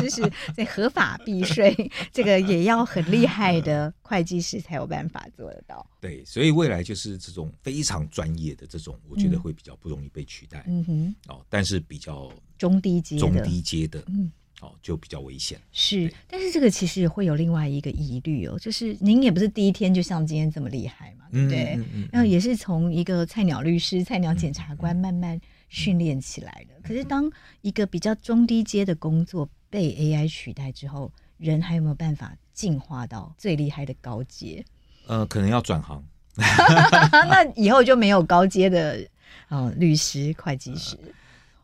D: 是是，这合法避 税，这个也要很厉害的会计师才有办法做得到。
A: 对，所以未来就是这种非常专业的这种，我觉得会比较不容易被取代、
D: 嗯哼，
A: 哦，但是比较
D: 中低阶的，
A: 中低阶的，
D: 嗯
A: 哦，就比较危险。
D: 是，但是这个其实也会有另外一个疑虑哦，就是您也不是第一天就像今天这么厉害嘛，对不对？
A: 嗯嗯
D: 然后也是从一个菜鸟律师、菜鸟检察官慢慢训练起来的。
A: 嗯
D: 可是当一个比较中低阶的工作被 AI 取代之后，人还有没有办法进化到最厉害的高阶？啊
A: 呃，可能要转行。啊
D: 那以后就没有高阶的呃律师、会计师。
A: 啊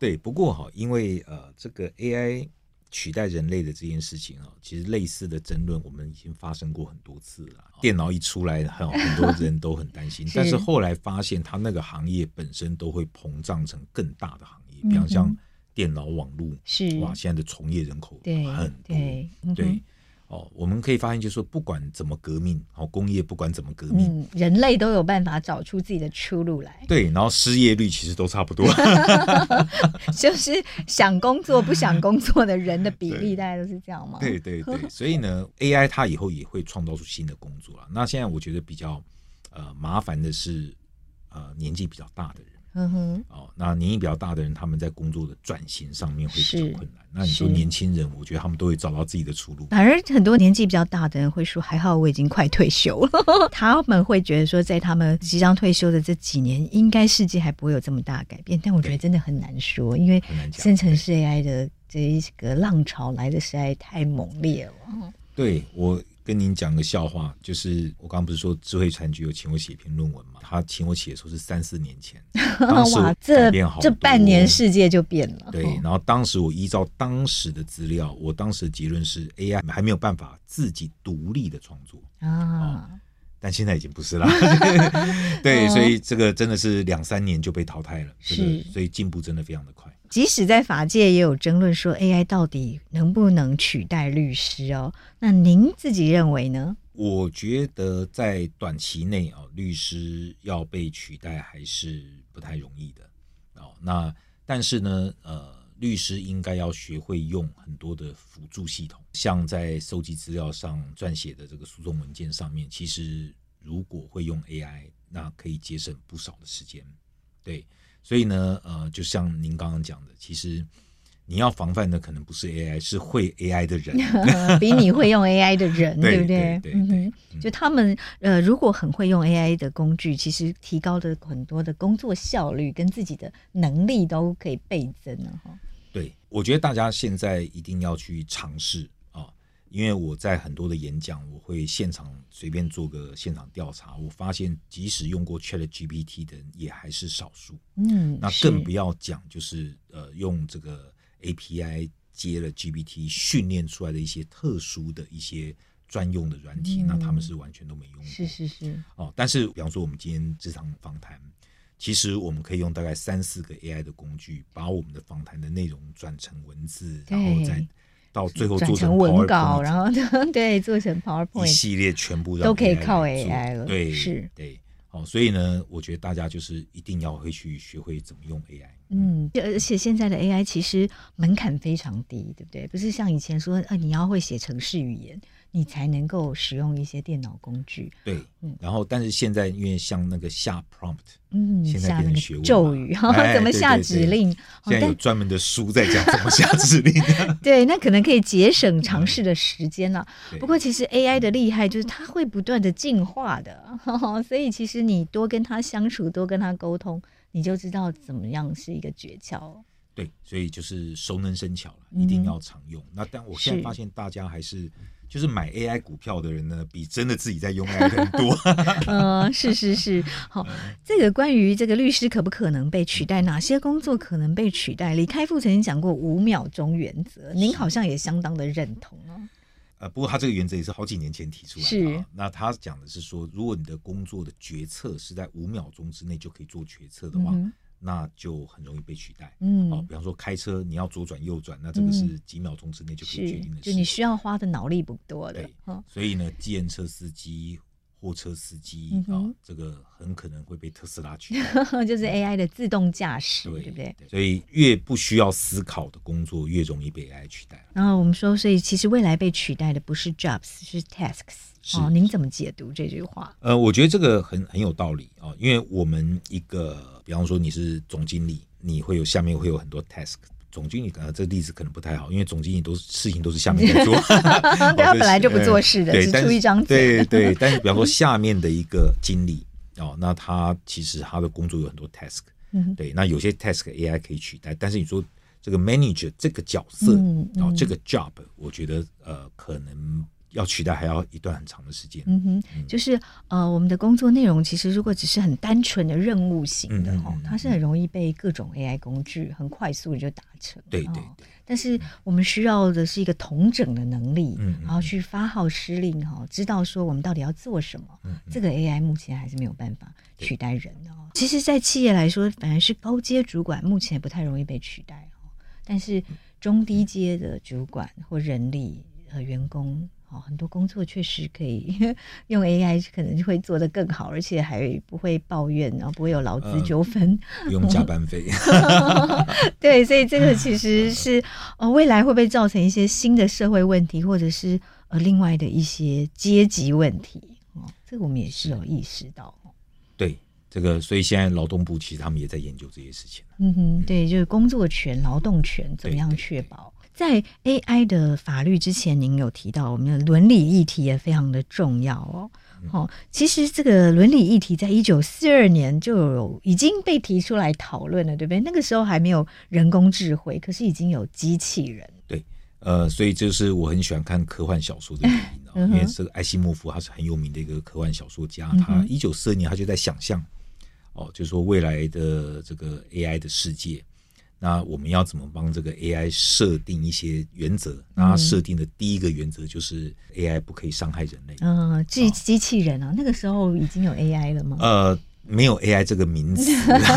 A: 对，不过哈，因为呃，这个 AI 取代人类的这件事情啊，其实类似的争论我们已经发生过很多次了。电脑一出来，很很多人都很担 心，
D: 哦是
A: 但是后来发现它那个行业本身都会膨胀成更大的行业，
D: 嗯哼
A: 比方像电脑网络，
D: 是
A: 哇，现在的从业人口
D: 对
A: 很多，
D: 对嗯哼
A: 对哦，我们可以发现，就是说不管怎么革命，哦，工业不管怎么革命。
D: 嗯，人类都有办法找出自己的出路来。
A: 对，然后失业率其实都差不多。
D: 就是想工作不想工作的人的比例，大概都是这样吗？
A: 对，对 对，所以呢，AI 它以后也会创造出新的工作了。啊那现在我觉得比较呃麻烦的是，呃年纪比较大的人
D: 嗯哼，
A: 哦，那年纪比较大的人，他们在工作的转型上面会比
D: 是
A: 较困难。那你说
D: 是
A: 年轻人，我觉得他们都会找到自己的出 路。
D: 反而很多年纪比较大的人会说，还好我已经快退休了。 他们会觉得说，在他们即将退休的这几年，应该世界还不会有这么大改变。但我觉得
A: 对
D: 真的很难说，因为
A: 很难讲
D: 生成式 AI 的这一个浪潮来的实在太猛烈了。
A: 对我跟您讲个笑话，就是我刚刚不是说智慧产局有请我写一篇论文嘛？他请我写的时候是三四年前，当时
D: 哇
A: 我，
D: 这
A: 改变好
D: 这
A: 多
D: 半年世界就变了。
A: 对
D: 哦，
A: 然后当时我依照当时的资料，我当时的结论是 AI 还没有办法自己独立的创作，
D: 啊，
A: 但现在已经不是 了。对，所以这个真的是两三年就被淘汰了，这个
D: 哦是
A: 所以进步真的非常的快。
D: 即使在法界也有争论说 AI 到底能不能取代律师哦。那您自己认 为呢？
A: 我觉得在短期内啊，律师要被取代还是不太容易的哦。那但是呢，呃，律师应该要学会用很多的辅助系统，像在收集资料上、撰写的这个诉讼文件上面，其实如果会用 AI，那可以节省不少的时间。对，所以呢，呃，就像您刚刚讲的，其实你要防范的可能不是 AI，是会 AI 的 人。
D: 比你会用 AI 的人，
A: 对
D: 不
A: 对对
D: 嗯
A: 对
D: 哼，就他们呃，如果很会用 AI 的工具，其实提高的很多的工作效率跟自己的能力都可以倍增哦了哈。
A: 对，我觉得大家现在一定要去尝试啊，因为我在很多的演讲，我会现场随便做个现场调查，我发现即使用过 Chat GPT 的人也还是少数，
D: 嗯，
A: 那
D: 是
A: 更不要讲就是呃用这个 API 接了 GPT 训练出来的一些特殊的一些专用的软体，
D: 嗯
A: 那他们是完全都没用过。
D: 是是是，
A: 哦，但是比方说我们今天这场访谈，其实我们可以用大概三四个 AI 的工具，把我们的访谈的内容转成文字，然后
D: 对
A: 再到最后
D: 转
A: 做
D: 成文稿，
A: PowerPoint
D: 然后 对做成
A: 一
D: PowerPoint，
A: 系列全部让
D: 都可以
A: AI
D: 靠
A: 来做
D: AI 了
A: 对，
D: 是，
A: 对。好，所以呢，我觉得大家就是一定要会去学会怎么用 AI。
D: 嗯，对而且现在的 AI 其实门槛非常低，对不对？不是像以前说，呃，你要会写程式语言，你才能够使用一些电脑工具。
A: 对
D: 嗯，
A: 然后但是现在因为像那个下 prompt，
D: 嗯，
A: 现在
D: 下
A: 变
D: 那
A: 成
D: 个
A: 学问
D: 咒
A: 嘛
D: 语，
A: 哎
D: 怎么
A: 对
D: 下
A: 对
D: 指
A: 对
D: 令？哦
A: 现在有
D: 但
A: 专门的书在讲 怎么下指 令。
D: 对，那可能可以节省尝试的时间了。
A: 嗯对
D: 不过，其实 AI 的厉害就是它会不断的进化的， 所以其实你多跟它相处，多跟它沟通，你就知道怎么样是一个诀窍。哦
A: 对，所以就是熟能生巧了，
D: 嗯
A: 一定要常用。那但我现在
D: 是
A: 发现大家还是就是买 AI 股票的人呢，比真的自己在用 AI 的人多。
D: 嗯，是是是，好，
A: 嗯
D: 这个关于这个律师可不可能被取代，哪些工作可能被取代？李开复曾经讲过五秒钟原则，您好像也相当的认同哦。
A: 呃，不过他这个原则也是好几年前提出来
D: 是
A: 的、啊。那他讲的是说，如果你的工作的决策是在五秒钟之内就可以做决策的话，
D: 嗯
A: 那就很容易被取代。
D: 嗯，
A: 哦，比方说开车，你要左转右转，那这个是几秒钟之内就可以决
D: 是
A: 定的，
D: 就
A: 事
D: 你
A: 情。
D: 需要花的脑力不多的
A: 对。
D: 嗯
A: 所以呢，计程车司机、货车司机
D: 嗯
A: 啊、
D: 哼
A: 这个很可能会被特斯拉取代。
D: 就是 AI 的自动驾驶，
A: 对
D: 对不对？？
A: 所以越不需要思考的工作，越容易被 AI 取代。
D: 然后我们说，所以其实未来被取代的不是 jobs，是 tasks。
A: 是
D: 哦，您怎么解读这句话？
A: 呃，我觉得这个很很有道理啊、哦因为我们一个，比方说你是总经理，你会有下面会有很多 task。总经理可能这个例子可能不太好，因为总经理都是事情都是下面 在做，哦
D: 对他
A: 这
D: 本来就不做事的
A: 呃对
D: 只
A: 但是
D: 出一张
A: 对
D: 嘴
A: 对，但是比方 说下面的一个经理哦，那他其实他的工作有很多 task，
D: 嗯
A: 对，那有些 task AI 可以取代，但是你说这个 manager 这个角色，
D: 嗯
A: 然后
D: 嗯
A: 这个 job，我觉得呃，可能要取代还要一段很长的时间。
D: 嗯哼，就是呃，我们的工作内容其实如果只是很单纯的任务型的
A: 嗯嗯
D: 哦
A: 嗯，
D: 它是很容易被各种 AI 工具很快速地就达成。
A: 对对
D: 哦但是我们需要的是一个统整的能力，
A: 嗯嗯
D: 然后去发号施令哈，知道说我们到底要做什么。
A: 嗯
D: 这个 AI 目前还是没有办法取代人的哦。其实，在企业来说，反而是高阶主管目前不太容易被取代哦，但是中低阶的主管或人力和员工。哦，很多工作确实可以 用 AI，可能就会做得更好，而且还不会抱怨，然后不会有劳资
A: 嗯
D: 纠纷。
A: 不用加班费。
D: 对，所以这个其实是呃，未来会不会造成一些新的社会问题，或者是呃另外的一些阶级问题？哦，这个我们也是有意识到。哦
A: 对，这个所以现在劳动部其实他们也在研究这些事情啊了
D: 嗯哼，对，就是工作权、劳动权怎么样
A: 对对
D: 确保。在 AI 的法律之前，您有提到我们的伦理议题也非常的重要哦。
A: 嗯
D: 哦，其实这个伦理议题在一九四二年就有已经被提出来讨论了，对不对？那个时候还没有人工智慧，可是已经有机器人了。
A: 呃，所以这是我很喜欢看科幻小说的原因啊、
D: 嗯
A: 因
D: 哼
A: 为这个艾西莫夫他是很有名的一个科幻小说家，
D: 嗯
A: 他
D: 哼
A: 一九四二年他就在想象，哦，就是说未来的这个 AI 的世界，那我们要怎么帮这个 AI 设定一些原则？
D: 嗯
A: 那他设定的第一个原则就是 AI 不可以伤害人类。
D: 啊嗯，机机器人啊，那个时候已经有 AI 了吗？
A: 呃，没有 AI 这个名 词，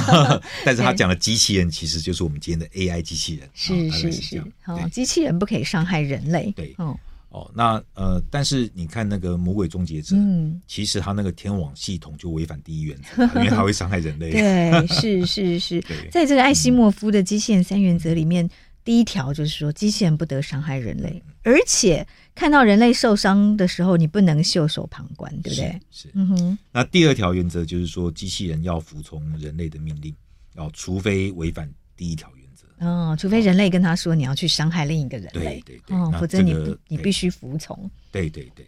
A: 但是他讲的机器人其实就是我们今天的 AI 机器人，
D: 是
A: 啊大概
D: 是
A: 是这样
D: 是，哦，
A: 对
D: 机器人不可以伤害人类，
A: 对
D: 哦，
A: 哦，那呃，但是你看那个《魔鬼终结者》，
D: 嗯，
A: 其实他那个天网系统就违反第一原 则，因为它会伤害人类。
D: 对，是是是
A: 对，
D: 在这个艾希莫夫的机器人三原则里面，第一条就是说，机器人不得伤害人类，
A: 嗯
D: 而且看到人类受伤的时候，你不能袖手旁观，对不对？
A: 是？是。
D: 嗯哼，
A: 那第二条原则就是说，机器人要服从人类的命令，哦，除非违反第一条原则。
D: 哦，除非人类跟他说你要去伤害另一个人类，
A: 对对对
D: 哦，
A: 那
D: 否则你
A: 这个
D: 不你
A: 对
D: 必须服从，
A: 对对对。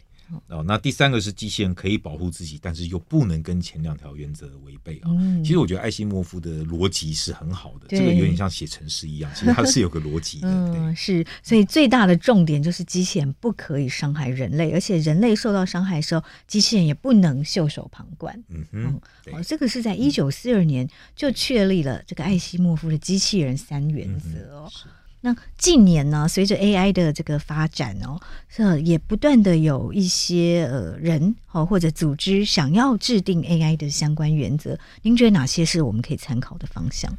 A: 哦，那第三个是机器人可以保护自己，但是又不能跟前两条原则违背啊。
D: 嗯
A: 其实我觉得艾希莫夫的逻辑是很好的，
D: 对
A: 这个有点像写程式一样，其实它是有个逻辑的。
D: 嗯，是，所以最大的重点就是机器人不可以伤害人类，而且人类受到伤害的时候，机器人也不能袖手旁观。
A: 对，嗯哼，对
D: 哦，这个是在一九四二年就确立了这个艾希莫夫的机器人三原则哦。
A: 嗯是
D: 那近年呢，随着 AI 的这个发展哦，这也不断的有一些呃人哦或者组织想要制定 AI 的相关原则。您觉得哪些是我们可以参考的方向？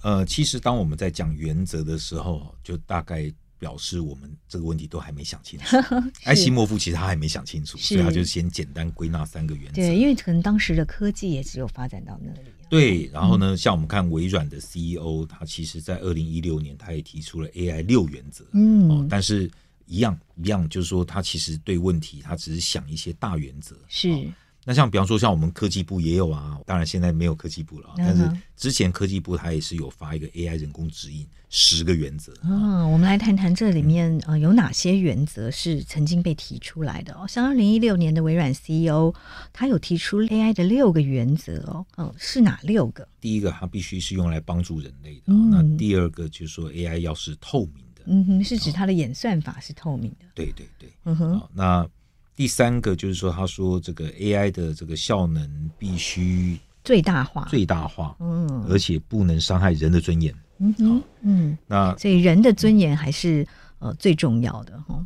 A: 呃，其实当我们在讲原则的时候，就大概表示我们这个问题都还没想 清楚。艾希莫夫其实他还没想清楚，
D: 是
A: 所以他就先简单归纳三个原则。
D: 对，因为可能当时的科技也只有发展到那里、啊。
A: 对然后呢，像我们看微软的 CEO，他其实在二零一六年他也提出了 AI 六原则，
D: 嗯
A: 哦，但是一样一样，就是说他其实对问题他只是想一些大原则。
D: 是、
A: 哦那像比方说像我们科技部也有啊，当然现在没有科技部了啊，
D: 嗯
A: 但
D: 哼
A: 是之前科技部它也是有发一个 AI 人工指引十个原则。
D: 啊，我们来谈谈这里面
A: 嗯
D: 呃有哪些原则是曾经被提出来的哦。像二零一六年的微软 CEO，他有提出 AI 的六个原则哦，嗯、是哪六个？
A: 第一个，它必须是用来帮助人类的。啊
D: 嗯
A: 那第二个就是说，AI 要是透明的。
D: 嗯哼，是指它的演算法是透明的。
A: 对对对。
D: 嗯哼，
A: 好那第三个就是说，他说这个 AI 的这个效能必须
D: 最大化。
A: 最大化，
D: 嗯
A: 而且不能伤害人的尊严。
D: 嗯哼嗯，
A: 那
D: 所以人的尊严还是呃最重要的哈、哦。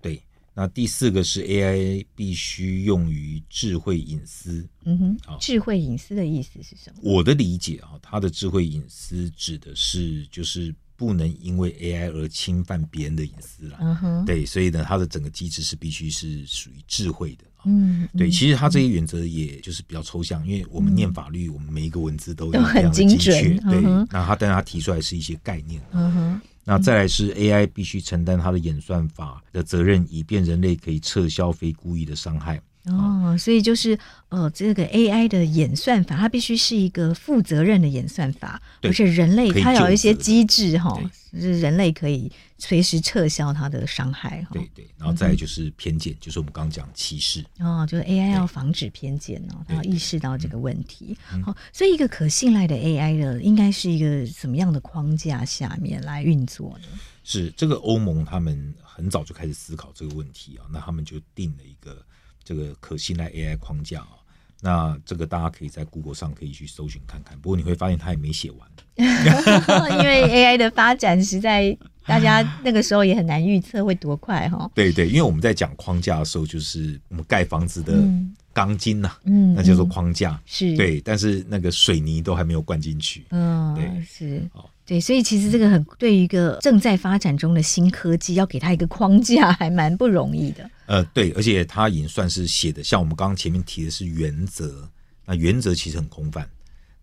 A: 对，那第四个是 AI 必须用于智慧隐私。
D: 嗯哼
A: 好，
D: 智慧隐私的意思是什么？
A: 我的理解啊，它的智慧隐私指的是就是不能因为 AI 而侵犯别人的隐私啦。
D: 嗯哼，
A: 对，所以呢，它的整个机制是必须是属于智慧的。
D: 嗯，
A: 对，其实它这些原则也就是比较抽象，因为我们念法律，我们每一个文字都
D: 都
A: 要非常
D: 很
A: 的
D: 精
A: 精
D: 准
A: 确。对，
D: 嗯哼
A: 那它但它提出来是一些概念。
D: 嗯哼，
A: 那再来是 AI 必须承担它的演算法的责任，以便人类可以撤销非故意的伤害。啊
D: 哦，所以就是呃，这个 AI 的演算法，它必须是一个负责任的演算法，
A: 对
D: 而且人类
A: 可以
D: 它
A: 纠
D: 有一些
A: 责的
D: 机制哈
A: 对，
D: 是人类可以随时撤销它的伤害哈
A: 对。对，哦然后再来
D: 嗯
A: 就是偏见，就是我们刚刚讲歧视。
D: 哦，就是 AI 要防止偏见哦，它
A: 对嗯
D: 要意识到这个问题。好、所以一个可信赖的 AI 呢，应该是一个什么样的框架下面来运作 呢？
A: 是这个欧盟他们很早就开始思考这个问题啊，那他们就定了一个这个可信赖 AI 框架啊。那这个大家可以在 Google 上可以去搜寻看看，不过你会发现它也没写完。
D: 因为 AI 的发展实在，大家那个时候也很难预测会多快哈、哦。
A: 对对，因为我们在讲框架的时候，就是我们盖房子的
D: 嗯
A: 钢筋呐、
D: 嗯
A: 那叫做
D: 嗯
A: 框架。
D: 是，，
A: 对，但是那个水泥都还没有灌进去。
D: 嗯，
A: 对
D: 是
A: 好。
D: 对，所以其实这个很对于一个正在发展中的新科技，要给它一个框架，还蛮不容易的。
A: 呃，对，而且它已经算是写的，像我们刚刚前面提的是原则，那原则其实很空泛，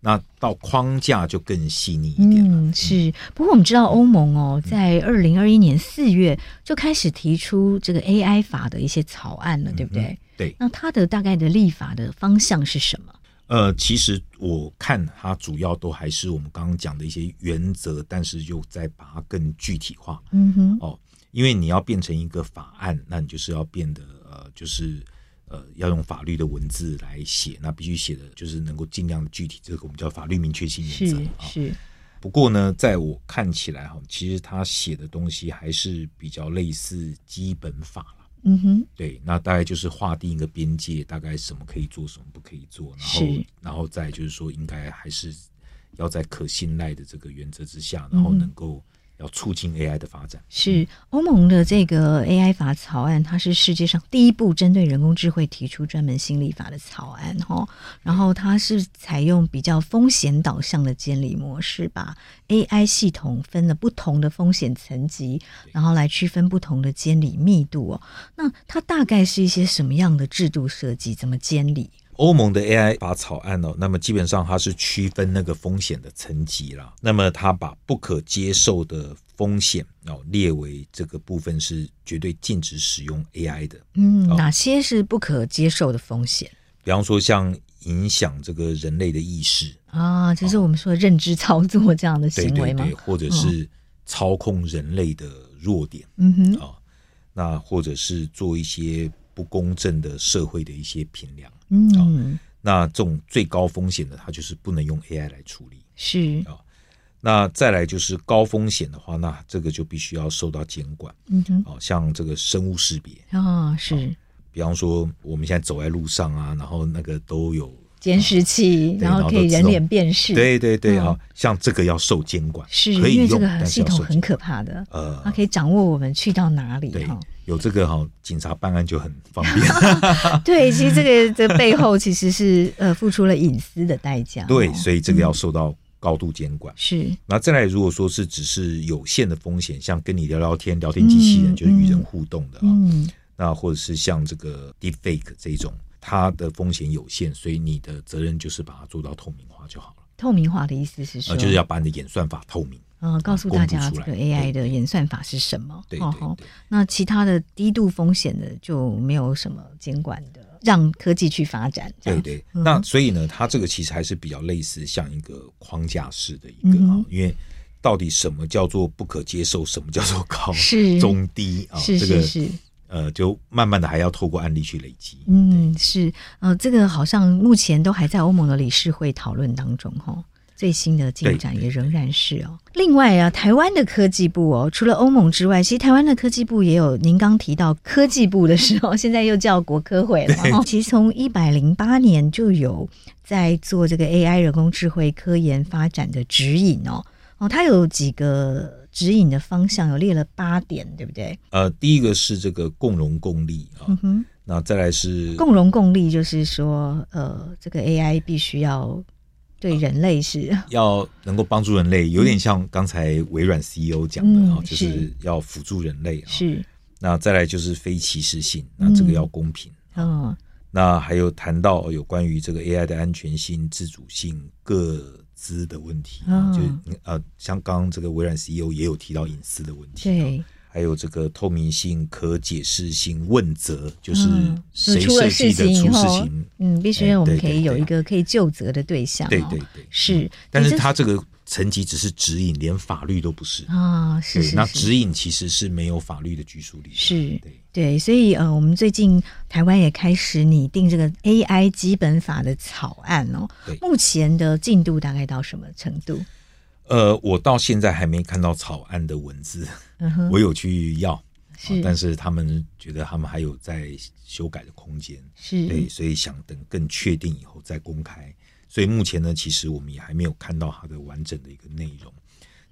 A: 那到框架就更细腻一点了。
D: 嗯，是。不过我们知道欧盟哦，在二零二一年四月就开始提出这个 AI 法的一些草案了，对不对？
A: 对，
D: 那它的大概的立法的方向是什么？
A: 呃，其实我看它主要都还是我们刚刚讲的一些原则，但是又再把它更具体化
D: 嗯哼，
A: 哦。因为你要变成一个法案，那你就是要变得呃，就是呃，要用法律的文字来写，那必须写的就是能够尽量具体，这个我们叫法律明确性原
D: 是
A: 则啊。
D: 是，
A: 不过呢，在我看起来哈，其实他写的东西还是比较类似基本法啦。
D: 嗯哼，
A: 对，那大概就是划定一个边界，大概什么可以做，什么不可以做，然后
D: 是，
A: 然后再就是说，应该还是要在可信赖的这个原则之下，然后能够要促进 AI 的发展。
D: 是欧盟的这个 AI 法草案，它是世界上第一部针对人工智慧提出专门新立法的草案哈。然后它是采用比较风险导向的监理模式，把 AI 系统分了不同的风险层级，然后来区分不同的监理密度哦。那它大概是一些什么样的制度设计？怎么监理？
A: 欧盟的 AI 法草案哦，那么基本上它是区分那个风险的层级啦。那么它把不可接受的风险哦列为这个部分是绝对禁止使用 AI 的。
D: 嗯，哪些是不可接受的风险
A: 比方说像影响这个人类的意识，
D: 啊？就是我们说的认知操作这样的
A: 对
D: 行
A: 对
D: 为吗
A: 哦
D: 嗯
A: 对，？或者是操控人类的弱点
D: 嗯哼，
A: 啊，那或者是做一些不公正的社会的一些评量。
D: 嗯，
A: 那这种最高风险的，它就是不能用 AI 来处理。
D: 是，
A: 那再来就是高风险的话，那这个就必须要受到监管
D: 嗯哼。
A: 哦，像这个生物识别，
D: 啊、是
A: 比方说我们现在走在路上啊，然后那个都有，
D: 监视器，
A: 对
D: 然
A: 然
D: 后
A: 后
D: 可以
A: 都自
D: 人
A: 动
D: 脸辨识，，
A: 对对对
D: 嗯
A: 啊、像这个要受监管，
D: 是
A: 可
D: 因
A: 以
D: 为这
A: 用，
D: 个
A: 但是
D: 系
A: 要
D: 统
A: 受
D: 很
A: 监管。
D: 可怕的，它
A: 呃，
D: 可以掌握我们去到哪里
A: 对
D: 哈。，
A: 有这个哈、警察办案就很方 便。
D: 对，其实这个这背后其实是呃付出了隐私的代价哦。
A: 对，所以这个要受到高度监管。
D: 是
A: 那再来，如果说是只是有限的风险，像跟你聊聊天、聊天机器人，
D: 嗯
A: 就是与人互动的啊、
D: 嗯
A: 那或者是像这个 deepfake 这一种，它的风险有限，所以你的责任就是把它做到透明化就好了。
D: 透明化的意思是说，哦
A: 呃，就是要把你的演算法透明。
D: 呃告诉
A: 公
D: 大
A: 布
D: 家
A: 出
D: 这
A: 来
D: 个 AI
A: 对
D: 的演算法是什么。
A: 对
D: 哦
A: 对
D: 吼
A: 对，
D: 那其他的低度风险的就没有什么监管的，让科技去发展。这
A: 对
D: 样
A: 对。
D: 嗯
A: 那所以呢，它这个其实还是比较类似像一个框架式的一个
D: 嗯
A: 啊、
D: 哼
A: 因为到底什么叫做不可接受，什么叫做高、
D: 是
A: 中低啊、
D: 是
A: 这
D: 是
A: 个
D: 是。
A: 呃，就慢慢的还要透过案例去累积。
D: 嗯，是，呃，这个好像目前都还在欧盟的理事会讨论当中哈。最新的进展
A: 对对
D: 也仍然是哦。另外啊，台湾的科技部哦，除了欧盟之外，其实台湾的科技部也有。您刚提到科技部的时候， 现在又叫国科会了哦。其实从一百零八年就有在做这个 AI 人工智慧科研发展的指引哦。哦，它有几个指引的方向，有列了八点，对不对？
A: 呃，第一个是这个共荣共利啊、
D: 嗯哼。
A: 那再来是
D: 共荣共利，就是说，呃，这个 AI 必须要对人类是，
A: 嗯要能够帮助人类，有点像刚才微软 CEO 讲的啊、
D: 嗯
A: 就是是要辅助人类啊。
D: 是，
A: 那再来就是非歧视性，那这个要公平。
D: 嗯，
A: 哦那还有谈到有关于这个 AI 的安全性、自主性、各资的问题，
D: 嗯
A: 就是呃，像刚刚这个微软 CEO 也有提到隐私的问题，啊
D: 对，
A: 还有这个透明性、可解释性、问责，就是
D: 嗯
A: 谁
D: 出了
A: 设计的
D: 情以
A: 出事
D: 后
A: 情，，
D: 嗯，必须
A: 哎
D: 我们
A: 对
D: 可
A: 对
D: 以有
A: 对
D: 一个可以就责的对象、哦，
A: 对对对，
D: 是，
A: 但
D: 你
A: 是
D: 这
A: 它这个层级只是指引，连法律都不是。
D: 啊，是
A: 对，
D: 是
A: 那
D: 是
A: 指引其实是没有法律的拘束力的。
D: 是
A: 对，
D: 对，所以呃，我们最近台湾也开始拟定这个 AI 基本法的草案哦
A: 对，
D: 目前的进度大概到什么程度？
A: 呃，我到现在还没看到草案的文字，
D: 嗯哼，
A: 我有去要，
D: 是
A: 啊但是他们觉得他们还有在修改的空间，对，
D: 是，
A: 所以想等更确定以后再公开。所以目前呢，其实我们也还没有看到它的完整的一个内容。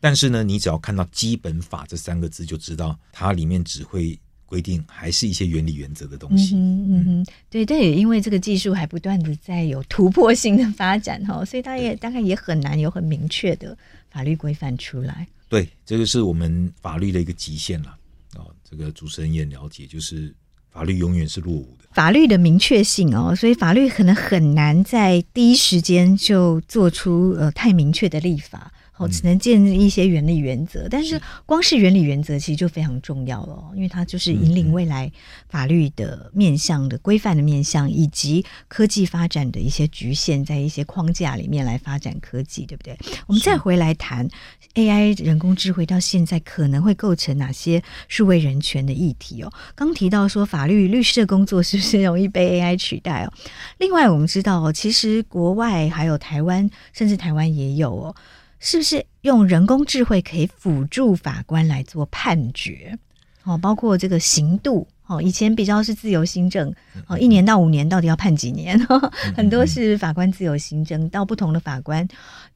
A: 但是呢，你只要看到“基本法”这三个字，就知道它里面只会规定还是一些原理原则的东
D: 嗯
A: 西。
D: 哼，嗯哼，对，但也因为这个技术还不断的在有突破性的发展哈，所以它也大概也很难有很明确的法律规范出来。
A: 对，这个是我们法律的一个极限了。哦，这个主持人也了解，就是法律永远是落伍的。
D: 法律的明确性哦，所以法律可能很难在第一时间就做出呃太明确的立法，哦，只能建立一些原理原则。但是光是原理原则其实就非常重要了哦，因为它就是引领未来法律的面向的规范的面向，以及科技发展的一些局限，在一些框架里面来发展科技，对不对？我们再回来谈 AI 人工智慧到现在可能会构成哪些数位人权的议题哦。刚提到说法律律师的工作是不是容易被 AI 取代哦？另外，我们知道哦，其实国外还有台湾，甚至台湾也有哦，是不是用人工智慧可以辅助法官来做判决？哦，包括这个刑度。哦，以前比较是自由新政，哦，一年到五年到底要判几年？哦很多是法官自由新政，到不同的法官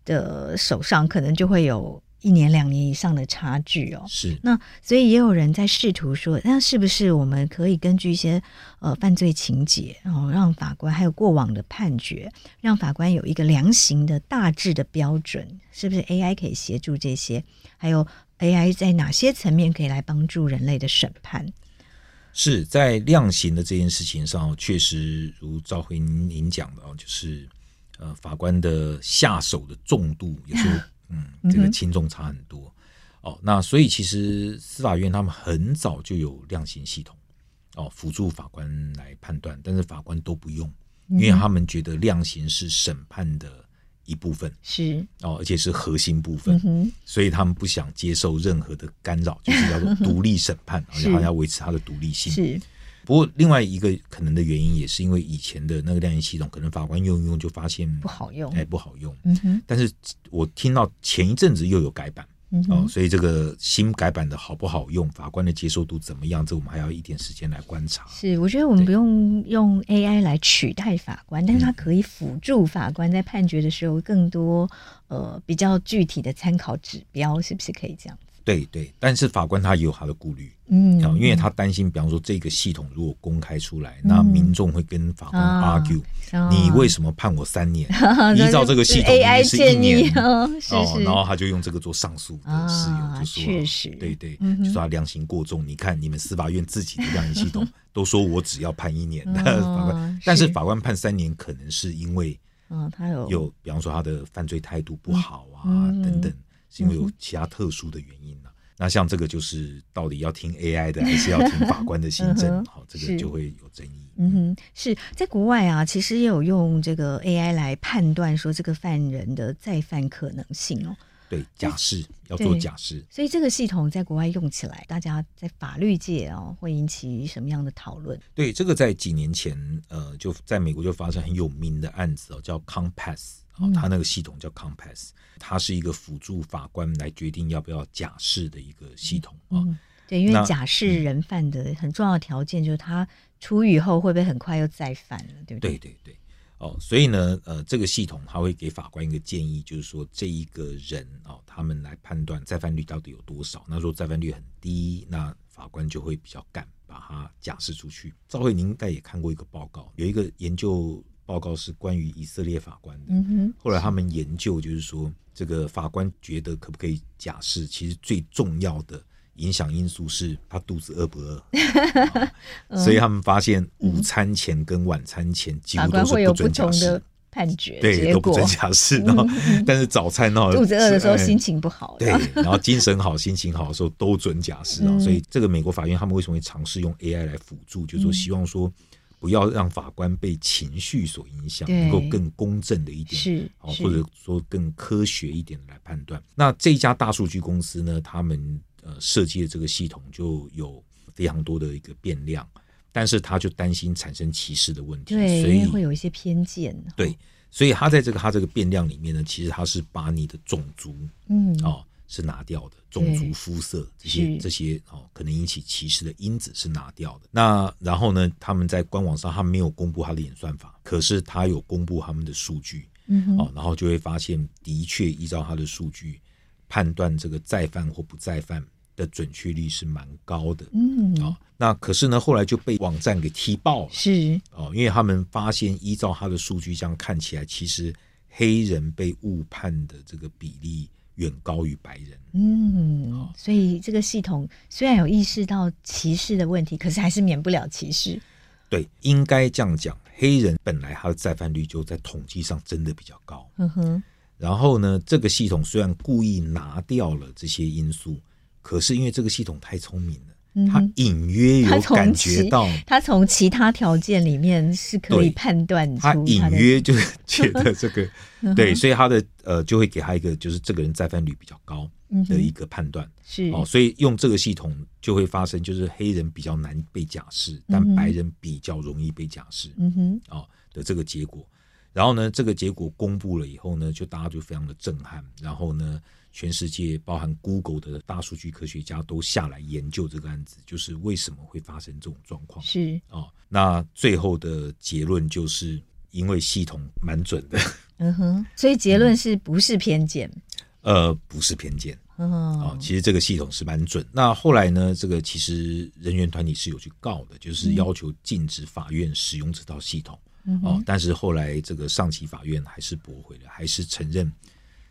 D: 的手上，可能就会有一年两年以上的差距哦。
A: 是
D: 那所以也有人在试图说，那是不是我们可以根据一些呃犯罪情节，然、后让法官还有过往的判决，让法官有一个量刑的大致的标准？是不是 AI 可以协助这些？还有 AI 在哪些层面可以来帮助人类的审判？
A: 是在量刑的这件事情上，确实如赵辉您您讲的啊，就是呃法官的下手的重度，有时候
D: 啊
A: 嗯这个轻重差很多。哦，那所以其实司法院他们很早就有量刑系统，哦，辅助法官来判断，但是法官都不用，
D: 嗯
A: 因为他们觉得量刑是审判的一部分，
D: 是，
A: 哦，而且是核心部分。
D: 嗯哼，
A: 所以他们不想接受任何的干扰，就是叫做独立审 判，而
D: 是
A: 且他要维持它的独立性。
D: 是，
A: 不过另外一个可能的原因，也是因为以前的那个量刑系统，可能法官用一用就发现
D: 不好用
A: 哎，不好用。
D: 嗯哼，
A: 但是我听到前一阵子又有改版
D: 嗯
A: 哦，
D: 哼，
A: 所以这个新改版的好不好用，法官的接受度怎么样，这我们还要一点时间来观察。
D: 是，我觉得我们不用用 AI 来取代法官，
A: 嗯
D: 但是它可以辅助法官在判决的时候更多呃比较具体的参考指标，是不是可以这样？
A: 对对，但是法官他也有他的顾虑。
D: 嗯嗯
A: 啊，因为他担心，比方说这个系统如果公开出来，那民众会跟法官
D: 啊
A: argue，、
D: 啊
A: 你为什么判我三 年？
D: 啊
A: 依照这个系统明
D: AI
A: 明是一
D: 建议
A: 年，
D: 哦，是
A: 哦，
D: 是，
A: 然后他就用这个做上诉的事由，
D: 啊
A: 就说
D: 确实
A: 对对，
D: 嗯哼
A: 就说他量刑过重。你看你们司法院自己的量刑系统都说我只要判一年，
D: 哦
A: 法官，但是
D: 是
A: 法官判三年，可能是因为
D: 嗯，他有
A: 有，比方说他的犯罪态度不好啊、
D: 嗯
A: 等等，是因为有其他特殊的原因啊。那像这个就是到底要听 AI 的，还是要听法官的行
D: 嗯哼
A: 政？好、这
D: 是
A: 个就会有争议。
D: 嗯哼，是在国外啊，其实也有用这个 AI 来判断说这个犯人的再犯可能性哦。
A: 对，假释要做
D: 对
A: 假释。
D: 所以这个系统在国外用起来，大家在法律界哦会引起什么样的讨论？
A: 对，这个在几年前，呃，就在美国就发生很有名的案子哦，叫 Compass，哦
D: 嗯，
A: 它那个系统叫 Compass，它是一个辅助法官来决定要不要假释的一个系统啊、
D: 嗯，对，因为
A: 那嗯
D: 假释人犯的很重要的条件就是他出狱后会不会很快又再犯了，对不
A: 对？对对，哦，所以呢，呃，这个系统它会给法官一个建议，就是说这一个人哦，他们来判断再犯率到底有多少。那如果再犯率很低，那法官就会比较敢把它假释出去。赵慧，您应该也看过一个报告，有一个研究报告是关于以色列法官的。
D: 嗯哼，
A: 后来他们研究，就是说，这个法官觉得可不可以假释，其实最重要的影响因素是他肚子饿不 饿。啊所以他们发现，午餐前跟晚餐前几
D: 嗯法
A: 乎
D: 官
A: 都
D: 会
A: 是
D: 有不
A: 准假
D: 同的
A: 释，
D: 判决
A: 对，
D: 结
A: 都不
D: 果
A: 准。假释。 然后，但是早餐呢，
D: 肚子饿的时候
A: 是哎
D: 心情不好，
A: 对，然后精神好、心情好的时候都准假释啊。
D: 嗯
A: 所以这个美国法院他们为什么会尝试用 AI 来辅助，就是
D: 嗯
A: 说希望说不要让法官被情绪所影响，
D: 对
A: 能够更公正的一点，
D: 是
A: 哦，
D: 是
A: 或者说更科学一点的来判断。那这一家大数据公司呢，他们呃设计的这个系统就有非常多的一个变量，但是他就担心产生歧视的问题，
D: 对，
A: 所
D: 因为
A: 以
D: 会有一些偏见。
A: 对，所以他在这个他这个变量里面呢，其实他是把你的种族
D: 嗯，
A: 哦是拿掉的，种
D: 对
A: 族、肤色这
D: 是
A: 些这些哦可能引起歧视的因子是拿掉的。那然后呢，他们在官网上他没有公布他的演算法，可是他有公布他们的数据
D: 嗯哼，
A: 哦，然后就会发现的确依照他的数据判断这个再犯或不再犯的准确率是蛮高的。
D: 嗯
A: 哦，，那可是呢，后来就被网站给踢爆了。
D: 是，
A: 哦，因为他们发现，依照他的数据这样看起来，其实黑人被误判的这个比例远高于白人。哦
D: 嗯，所以这个系统虽然有意识到歧视的问题，可是还是免不了歧视。
A: 对，应该这样讲，黑人本来他的再犯率就在统计上真的比较高。
D: 嗯哼，
A: 然后呢，这个系统虽然故意拿掉了这些因素，可是因为这个系统太聪明
D: 嗯
A: 了，它隐约
D: 它
A: 有
D: 从
A: 感
D: 其
A: 觉到
D: 他从其他条件里面是可以
A: 对
D: 判断出
A: 他隐
D: 它的嗯
A: 约就是觉得这 个对，所以他的呃就会给他一个就是这个人再犯率比较高的一个判断、
D: 嗯是
A: 哦，所以用这个系统就会发生，就是黑人比较难被假释，但
D: 嗯哼
A: 白人比较容易被假释
D: 嗯哼，
A: 哦的这个结果。然后呢，这个结果公布了以后呢，就大家就非常的震撼。然后呢，全世界包含 Google 的大数据科学家都下来研究这个案子，就是为什么会发生这种状况。
D: 是，
A: 哦，那最后的结论就是因为系统蛮准的，
D: 嗯哼，所以结论是不是偏见？
A: 呃，不是偏见，啊、
D: 哦，
A: 其实这个系统是蛮准。那后来呢，这个其实人员团体是有去告的，就是要求禁止法院使用这套系统。
D: 嗯
A: 哦
D: 哼，
A: 但是后来这个上级法院还是驳回了，还是承认，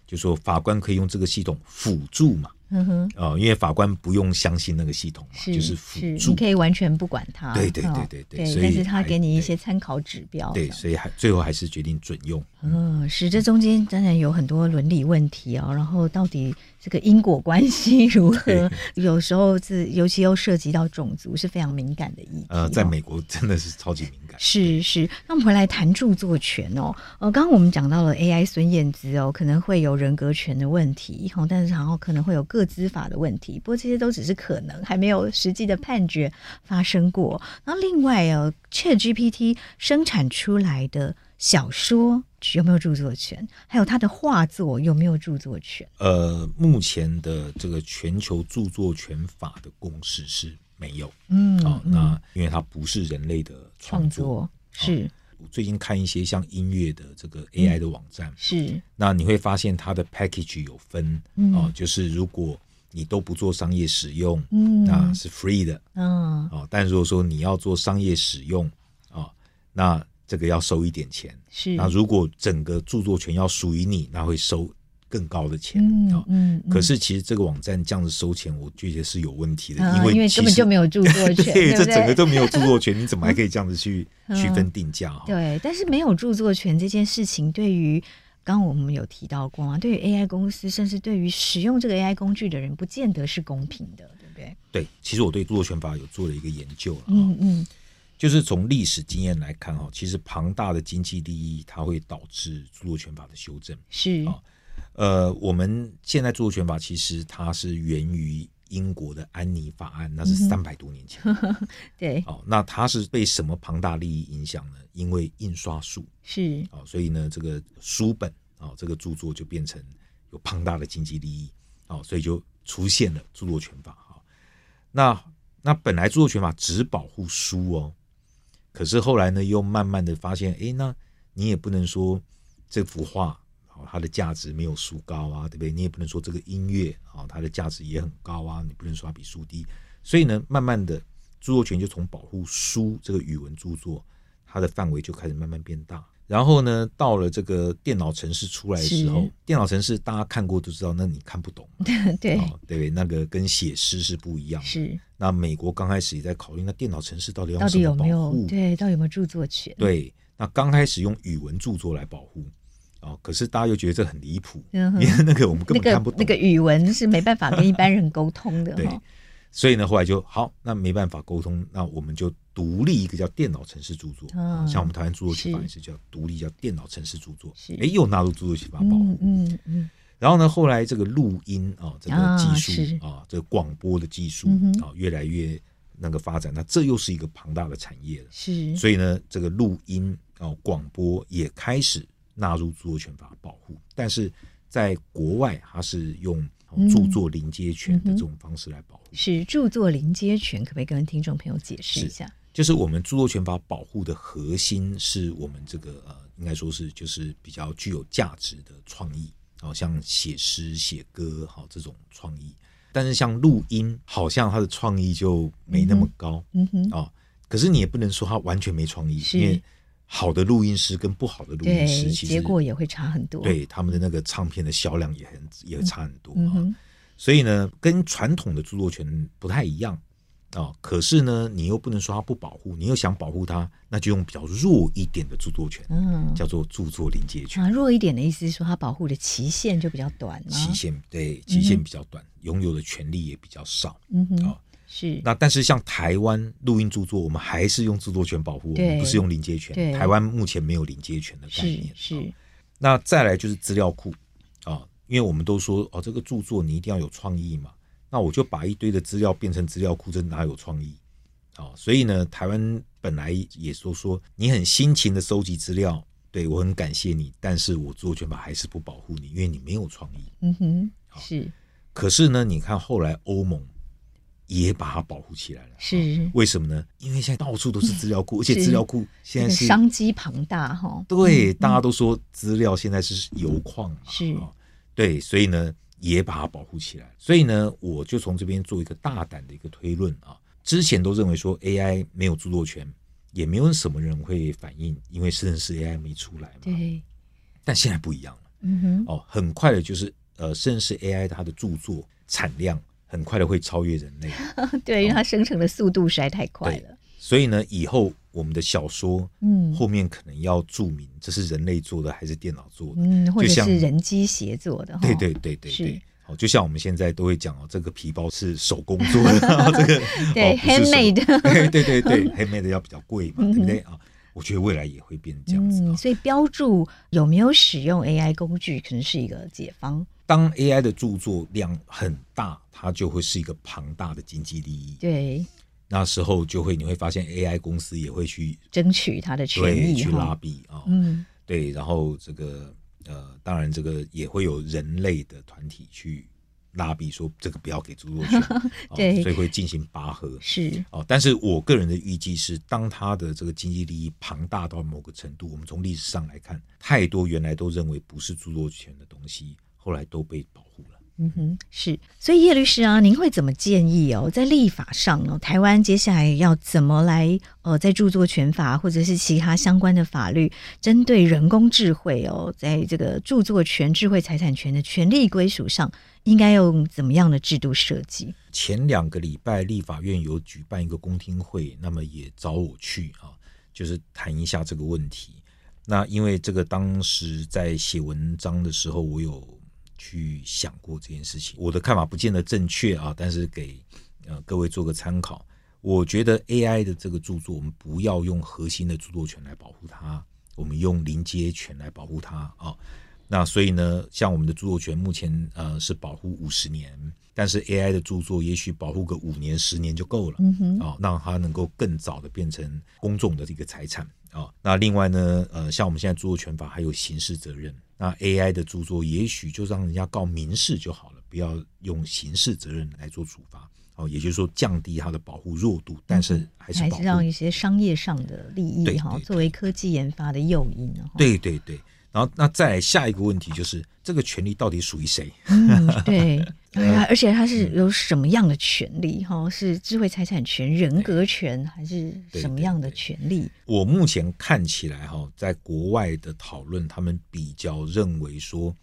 A: 就说法官可以用这个系统辅助嘛，
D: 嗯哼，
A: 哦，因为法官不用相信那个系统嘛，
D: 是
A: 哦就是辅
D: 是，
A: 助
D: 你。可以完全不管它，
A: 对对对
D: 哦
A: 对对
D: 对，
A: 所以
D: 但是他
A: 还
D: 给你一
A: 对
D: 些参考指标，
A: 对，所以还最后还是决定准用。
D: 嗯，是这中间当然有很多伦理问题啊、然后到底这个因果关系如何
A: 对，
D: 有时候是尤其又涉及到种族是非常敏感的议题、啊
A: 呃，在。美国真的是超级敏感。
D: 是是，那我们回来谈著作权哦。呃，刚刚我们讲到了 AI 孙燕姿哦，可能会有人格权的问题，哦，但是然后可能会有个资法的问题。不过这些都只是可能，还没有实际的判决发生过。那另外呃，ChatGPT 生产出来的小说有没有著作权？还有它的画作有没有著作权？
A: 呃，目前的这个全球著作权法的共识是没有
D: 嗯，
A: 啊、
D: 嗯
A: 那因为它不是人类的
D: 创
A: 创作。哦
D: 作是
A: 我最近看一些像音乐的这个 AI 的网站，
D: 是
A: 那你会发现它的 package 有分
D: 嗯
A: 哦、就是如果你都不做商业使用，
D: 嗯
A: 那是 free 的
D: 嗯
A: 哦。但如果说你要做商业使用啊、哦那这个要收一点钱。
D: 是
A: 那如果整个著作权要属于你，那会收更高的钱
D: 嗯
A: 哦
D: 嗯，嗯
A: 可是其实这个网站这样子收钱，我觉得是有问题的，
D: 啊
A: 为
D: 因为
A: 其
D: 根本
A: 实
D: 就没有著作权，
A: 对，
D: 对不
A: 这整个
D: 对
A: 都没有著作权，你怎么还可以这样子去区分定价哈？
D: 对，但是没有著作权这件事情，对于刚刚我们有提到过啊，对于 AI 公司，甚至对于使用这个 AI 工具的人，不见得是公平的，对不对？
A: 对，其实我对著作权法有做了一个研究了哈，
D: 嗯嗯，
A: 就是从历史经验来看哈，其实庞大的经济利益它会导致著作权法的修正。
D: 是，
A: 哦呃，我们现在著作权法其实它是源于英国的安妮法案，那是
D: 嗯
A: 三百多年 前、
D: 对，
A: 哦。那它是被什么庞大利益影响呢？因为印刷术
D: 是，
A: 啊、哦，所以呢，这个书本啊、哦，这个著作就变成有庞大的经济利益啊、哦，所以就出现了著作权法哈、那那本来著作权法只保护书哦，可是后来呢，又慢慢的发现，诶，那你也不能说这幅画。哦它的价值没有书高啊，对不对？你也不能说这个音乐啊、哦它的价值也很高啊，你不能说它比书低。所以呢，慢慢的著作权就从保护书这个语文著作，它的范围就开始慢慢变大。然后呢，到了这个电脑城市出来的时候
D: 是，
A: 电脑城市大家看过都知道，那你看不懂嘛，
D: 对，
A: 哦对不对？那个跟写诗是不一样的。
D: 是，
A: 那美国刚开始也在考虑，那电脑城市到底要
D: 到
A: 用
D: 底
A: 什
D: 有
A: 么
D: 没
A: 保
D: 有
A: 护？
D: 对，到底有没有著作权？，
A: 对那刚开始用语文著作来保护，哦，可是大家又觉得这很离谱，
D: 嗯哼
A: 因为那个我们根
D: 那
A: 本看不
D: 个
A: 懂。
D: 那个哦语文是没办法跟一般人沟通的
A: 对
D: 哈，
A: 所以呢，后来就好，那没办法沟通，那我们就独立一个叫电脑城市著作，
D: 嗯
A: 啊像我们台湾著作权法
D: 是
A: 也是叫独立叫电脑城市著作
D: 是，
A: 哎，又纳入著作权法保护。
D: 嗯嗯嗯，
A: 然后呢，后来这个录音啊，这个技
D: 是
A: 术啊这个广播的技术
D: 嗯哼
A: 啊，越来越那个发展，那这又是一个庞大的产业了。
D: 是，
A: 所以呢，这个录音哦、广播也开始纳入著作权法保护，但是在国外，它是用、哦
D: 嗯
A: 著作临接权的这种方式来保护。
D: 是著作临接权，可不可以跟听众朋友解释一
A: 是
D: 下？
A: 就是我们著作权法保护的核心是我们这个呃，应该说是就是比较具有价值的创意，好、像写诗、写歌，好、这种创意。但是像录音，好像它的创意就没那么高
D: 嗯哼，
A: 啊、哦可是你也不能说它完全没创意，
D: 是
A: 因为好的录音师跟不好的录
D: 对
A: 音师，，其实
D: 结果也会差很多，，
A: 对他们的那个唱片的销量也很也差很多啊、
D: 嗯哼，
A: 所以呢，跟传统的著作权不太一样啊、可是呢，你又不能说它不保护，你又想保护它，那就用比较弱一点的著作权，
D: 嗯，
A: 叫做著作临界权，
D: 啊，弱一点的意思是说，它保护的期限就比较短吗？
A: 期限对期限比较短，拥有的权利也比较少。
D: 嗯哼，
A: 哦
D: 是
A: 那但是像台湾录音著作，我们还是用著作权保护，我
D: 对
A: 们不是用临界
D: 对
A: 权。台湾目前没有临界权的概
D: 是
A: 念。啊哦
D: 是，
A: 那再来就是资料库啊、因为我们都说哦，这个著作你一定要有创意嘛，那我就把一堆的资料变成资料库，这哪有创意啊、所以呢，台湾本来也说说你很辛勤的收集资料，对我很感谢你，但是我著作权法还是不保护你，因为你没有创意。
D: 嗯哼，是
A: 可是呢，你看后来欧盟也把它保护起来了，啊
D: 是，
A: 为什么呢？因为现在到处 都是资料库，而且
D: 是
A: 资料库
D: 这
A: 现在
D: 个
A: 是
D: 商机庞大哈、
A: 对，大家都说资料现在是油矿嘛，
D: 嗯是
A: 哦对，所以呢，也把它保护起来。所以呢，我就从这边做一个大胆的一个推论啊，之前都认为说 AI 没有著作权，也没有什么人会反应，因为生成式 AI 没出来嘛。
D: 对，
A: 但现在不一样了
D: 嗯哼，
A: 哦，很快的就是呃，生成式 AI 它的著作产量很快的会超越人 类。
D: 对，因为它生成的速度实在太快
A: 对
D: 了。
A: 所以呢，以后我们的小说，
D: 嗯
A: 后面可能要注明这是人类做的还是电脑做的，
D: 嗯，或者
A: 就像
D: 是人机协作的哈，
A: 对对对对
D: 哦是
A: 对。好，就像我们现在都会讲哦，这个皮包是手工做的，这个
D: 对
A: 哦不是手
D: handmade
A: 对对对对，handmade 要比较贵嘛，对不对啊？我觉得未来也会变这样子啊
D: 嗯，。所以标注有没有使用 AI 工具，可能是一个解方。
A: 当 AI 的著作量很大，它就会是一个庞大的经济利益。
D: 对，
A: 那时候就会你会发现 AI 公司也会去
D: 争取它的权
A: 对
D: 益
A: 去拉
D: 哈。
A: 比啊，
D: 嗯，
A: 对，然后这个呃，当然这个也会有人类的团体去拉比说这个不要给著作 权，哦
D: 对
A: 所以会进行拔 河。
D: 是，
A: 哦，但是我个人的预计是，当它的这个经济利益庞大到某个程度，我们从历史上来看，太多原来都认为不是著作权的东西，后来都被保护了。
D: 嗯哼，是。所以叶律师啊，您会怎么建议哦，在立法上哦，台湾接下来要怎么来呃，在著作权法或者是其他相关的法律，针对人工智慧哦，在这个著作权、智慧财产权的权利归属上，应该用怎么样的制度设计？
A: 前两个礼拜，立法院有举办一个公听会，那么也找我去啊，就是谈一下这个问题。那因为这个当时在写文章的时候，我有去想过这件事情，我的看法不见得正确啊，但是给呃各位做个参考。我觉得 AI 的这个著作，我们不要用核心的著作权来保护它，我们用临接权来保护它啊。那所以呢，像我们的著作权目前呃是保护五十年，但是 AI 的著作也许保护个五年、十年就够了。
D: 嗯哼，
A: 啊、让它能够更早的变成公众的一个财产啊、那另外呢，呃，像我们现在著作权法还有刑事责任，那 AI 的著作也许就让人家告民事就好了，不要用刑事责任来做处罚。哦，也就是说降低它的保护弱度，但是嗯还是
D: 还
A: 保护
D: 是让一些商业上的利益
A: 对
D: 哈，
A: 对
D: 作为科技研发的诱因哦哈。
A: 对对对。然后那再来下一个问题就是这个权利到底属于谁？
D: 嗯， 对，对啊，而且它是
A: 嗯
D: 有什么样的权利？哈，是智慧财产权、人格权，还是什么样的权利？
A: 我目前看起来哈，在国外的讨论，他们比较认为说，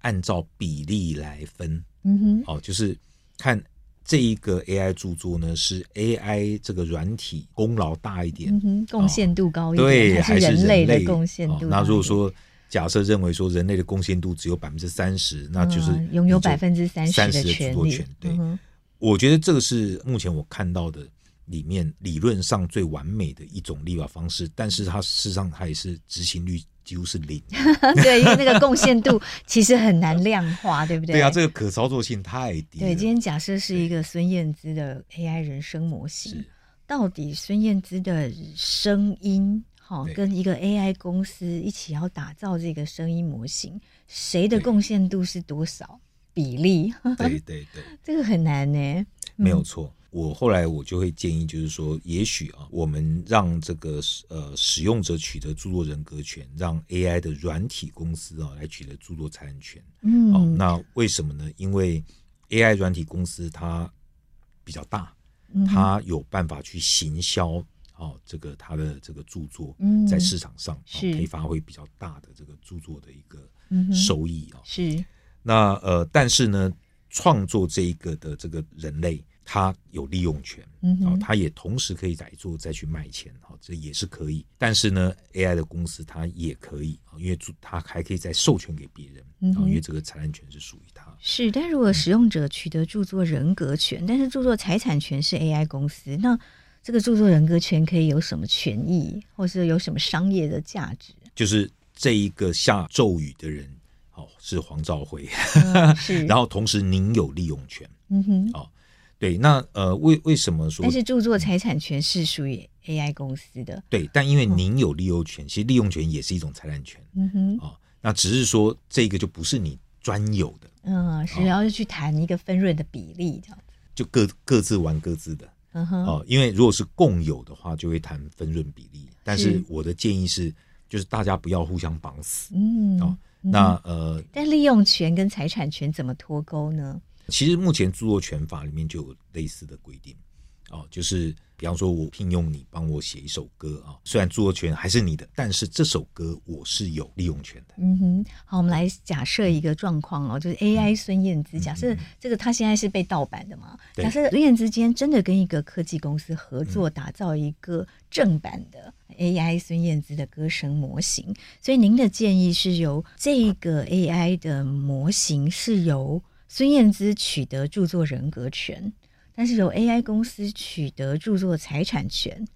A: 按照比例来分，
D: 嗯哼，
A: 哦，就是看这一个 AI 著作呢，是 AI 这个软体功劳大一点
D: 嗯，哼，贡献度高一点，
A: 哦对，还是
D: 人类
A: 类
D: 的贡献度大一
A: 哦
D: 点、
A: 那如果说假设认为说人类的贡献度只有百分之三十，那就是
D: 嗯拥有
A: 你就
D: 百分之三十
A: 30%
D: 的
A: 的
D: 权
A: 著作
D: 利
A: 权。对，
D: 嗯哼
A: 我觉得这个是目前我看到的里面理论上最完美的一种立法方式，但是它事实上它也是执行率几乎是零。
D: 对，因为那个贡献度其实很难量化， 对不对？
A: 对啊，这个可操作性太低了。
D: 对，今天假设是一个孙燕姿的 AI 人声模型
A: 是，
D: 到底孙燕姿的声音，哈、
A: 对
D: 跟一个 AI 公司一起要打造这个声音模型，谁的
A: 对
D: 贡献度是多少比例？
A: 对对对。
D: 这个很难呢。
A: 没有错。我后来我就会建议，就是说，也许啊，我们让这个呃使用者取得著作人格权，让 AI 的软体公司啊来取得著作财产权。哦，
D: 嗯，
A: 那为什么呢？因为 AI 软体公司它比较大，
D: 嗯哼
A: 它有办法去行销哦，这个它的这个著作
D: 嗯
A: 在市场上、哦、可
D: 是
A: 以发挥比较大的这个著作的一个
D: 嗯哼
A: 收益啊、哦。
D: 是
A: 那呃，但是呢，创作这一个的这个人类，他有利用权，
D: 嗯哼
A: 哦，他也同时可以来做再去卖钱，好、这也是可以。但是呢，AI 的公司它也可以，哦、因为主它还可以再授权给别人，
D: 嗯
A: 哦
D: 哼
A: 因为这个财产权是属于他。
D: 是，但如果
A: 嗯
D: 使用者取得著作人格权，但是著作财产权是 AI 公司，那这个著作人格权可以有什么权益，或是有什么商业的价值？
A: 就是这一个下咒语的人，哦，是黄兆辉，
D: 嗯是，
A: 然后同时您有利用权，
D: 嗯哼，
A: 对，那呃，为为什么说
D: 但？是著作财产权是属于 AI 公司的。
A: 对，但因为您有利用权，其实利用权也是一种财产权。
D: 嗯哼，
A: 啊、那只是说这个就不是你专有的，
D: 嗯，
A: 哦
D: 是然后就去谈一个分润的比例这样子。
A: 就各各自玩各自的
D: 嗯
A: 哦、
D: 哼，
A: 因为如果是共有的话，就会谈分润比例。但是
D: 是
A: 我的建议是，就是大家不要互相绑死。
D: 嗯
A: 哦，那呃，
D: 但利用权跟财产权怎么脱钩呢？
A: 其实目前著作权法里面就有类似的规定，哦，就是比方说我聘用你帮我写一首歌啊、虽然著作权还是你的，但是这首歌我是有利用权的。嗯
D: 嗯哼，好，我们来假设一个状况哦，就是 AI 孙燕姿，假设这个她现在是被盗版的嘛？
A: 对嗯
D: 假设孙燕姿今天真的跟一个科技公司合作，打造一个正版的 AI 孙燕姿的歌声模型，所以您的建议是由这个 AI 的模型是由孙燕姿取得著作人格权，但是由 AI 公司取得著作财产权。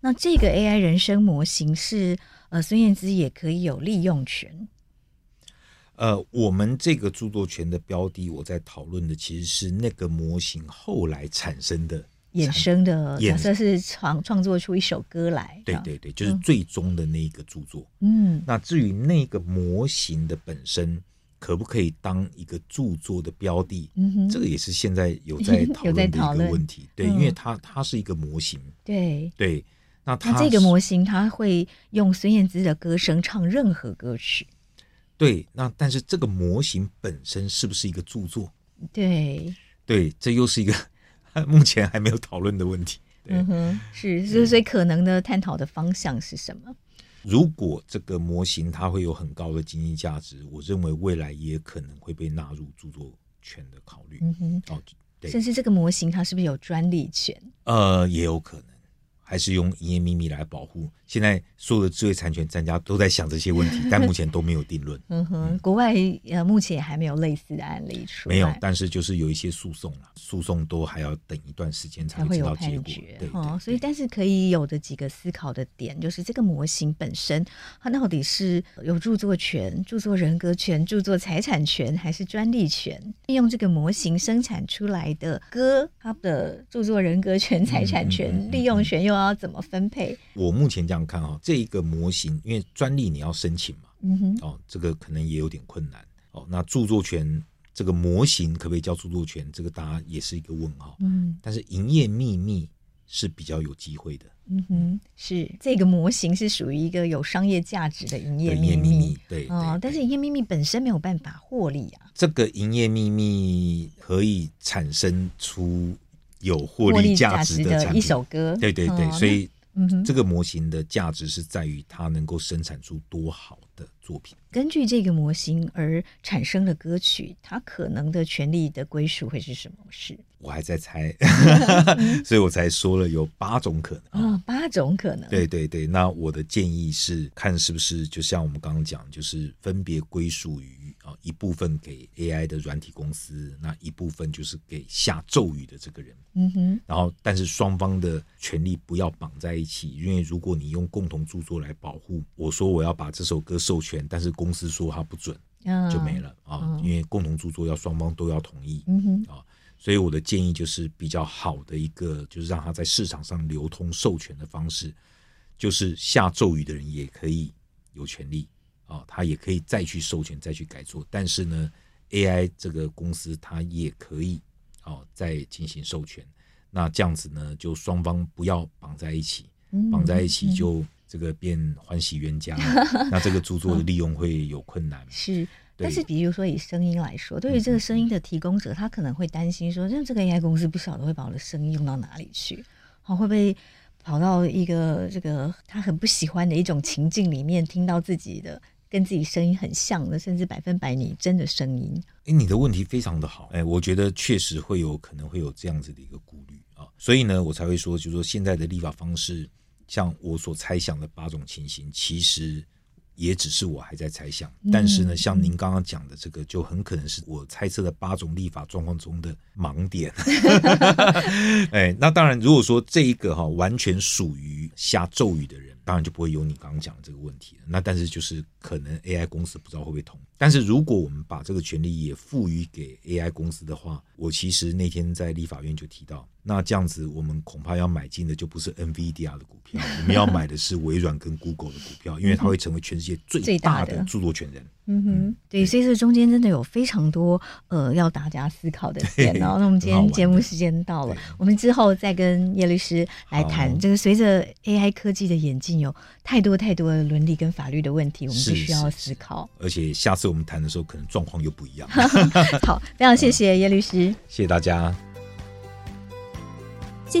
D: 那这个 AI 人生模型是呃，孙燕姿也可以有利用权。
A: 呃，我们这个著作权的标的，我在讨论的其实是那个模型后来产生的
D: 衍生的
A: 衍
D: 假设是创创作出一首歌来，
A: 对
D: 这样，
A: 对对，就是最终的那一个著作。
D: 嗯
A: 那至于那个模型的本身可不可以当一个著作的标的，
D: 嗯哼，
A: 这个也是现在有 在讨论的一个问题。对，
D: 嗯
A: 因为它它是一个模型，
D: 对。
A: 对，那它
D: 那这个模型，它会用孙燕姿的歌声唱任何歌曲，
A: 对，那但是这个模型本身是不是一个著作？
D: 对，
A: 对，这又是一个 目前还没有讨论的问题。对
D: 嗯哼，是，所以所以可能的探讨的方向是什么？
A: 如果这个模型它会有很高的经济价值，我认为未来也可能会被纳入著作权的考虑。
D: 嗯哼，
A: 哦，对，
D: 甚至这个模型它是不是有专利权？
A: 呃，也有可能，还是用营业秘密来保护。现在所有的智慧产权专家都在想这些问题，但目前都没有定论，
D: 嗯哼，国外呃目前也还没有类似的案例出来，
A: 没有。但是就是有一些诉讼了，诉讼都还要等一段时间才
D: 才
A: 会
D: 会
A: 知
D: 有
A: 道结
D: 判
A: 果。
D: 决
A: 对
D: 哦
A: 对，
D: 所以
A: 对
D: 但是可以有的几个思考的点，就是这个模型本身，它到底是有著作权、著作人格权、著作财产权还是专利权？利用这个模型生产出来的歌，它的著作人格权、财产权、
A: 嗯嗯嗯
D: 利用权又要怎么分配？
A: 我目前这样看哦，这一个模型，因为专利你要申请嘛，
D: 嗯哼，
A: 哦，这个可能也有点困难哦。那著作权这个模型可不可以叫著作权？这个大家也是一个问号。
D: 嗯
A: 但是营业秘密是比较有机会的，
D: 嗯哼，是这个模型是属于一个有商业价值的营业
A: 对营
D: 秘
A: 业秘密
D: 密。，
A: 对
D: 哦
A: 对，
D: 但
A: 对
D: 是营业秘密本身没有办法获利啊，
A: 这个营业秘密可以产生出有获
D: 获
A: 利
D: 利
A: 价
D: 价
A: 值
D: 值
A: 的产
D: 的
A: 品。
D: 一首歌，
A: 对对对，
D: 哦
A: 所以
D: 嗯哼
A: 这个模型的价值是在于它能够生产出多好的作品。
D: 根据这个模型而产生的歌曲，它可能的权利的归属会是什么事？
A: 我还在猜，
D: 嗯
A: 所以我才说了有八种可能。
D: 啊、八种可能。，
A: 哦对对对，那我的建议是看是不是就像我们刚刚讲，就是分别归属于啊一部分给 AI 的软体公司，那一部分就是给下咒语的这个人。
D: 嗯哼，
A: 然后但是双方的权利不要绑在一起，因为如果你用共同著作来保护，我说我要把这首歌授权，但是公司说它不准，
D: 嗯，
A: 就没。了、啊，
D: 嗯
A: 因为共同著作要双方都要同意。
D: 嗯哼，
A: 所以我的建议就是比较好的一个，就是让它在市场上流通授权的方式，就是下咒语的人也可以有权利啊，他也可以再去授权、再去改作，但是呢，AI 这个公司它也可以啊再进行授权。那这样子呢，就双方不要绑在一起，
D: 嗯
A: 绑在一起就这个变欢喜冤家了，那这个著作的利用会有困难。
D: 是。
A: 对嗯
D: 但是，比如说以声音来说，对于这个声音的提供者，他可能会担心说，那这个 AI 公司不晓得会把我的声音用到哪里去，好会不会跑到一个这个他很不喜欢的一种情境里面，听到自己的跟自己声音很像的，甚至百分百拟真的声音。
A: 哎，你的问题非常的好，哎，我觉得确实会有可能会有这样子的一个顾虑啊，所以呢，我才会说，就是说现在的立法方式，像我所猜想的八种情形，其实也只是我还在猜想，但是呢，像您刚刚讲的这个，就很可能是我猜测的八种立法状况中的盲点。哎，那当然，如果说这一个哈、完全属于下咒语的人，当然就不会有你刚刚讲的这个问题了。那但是就是可能 AI 公司不知道会不会同，但是如果我们把这个权利也赋予给 AI 公司的话，我其实那天在立法院就提到，那这样子我们恐怕要买进的就不是 NVIDIA 的股票，我们要买的是微软跟 Google 的股票，因为它会成为全世界
D: 最
A: 最
D: 大
A: 大
D: 的
A: 的著作权人。
D: 嗯哼，对，所以这中间真的有非常多呃要大家思考的点哦。
A: 对
D: 那我们今天节
A: 很好
D: 目
A: 玩的
D: 时间到了
A: 对，
D: 我们之后再跟叶律师来谈
A: 好
D: 这个。随着 AI 科技的演进，有太多太多的伦理跟法律的问题，我们
A: 是
D: 必须要
A: 是
D: 思考。
A: 而且下次我们谈的时候，可能状况又不一 样。
D: 好，非常谢谢叶律师。
A: 谢谢大家。
B: 谢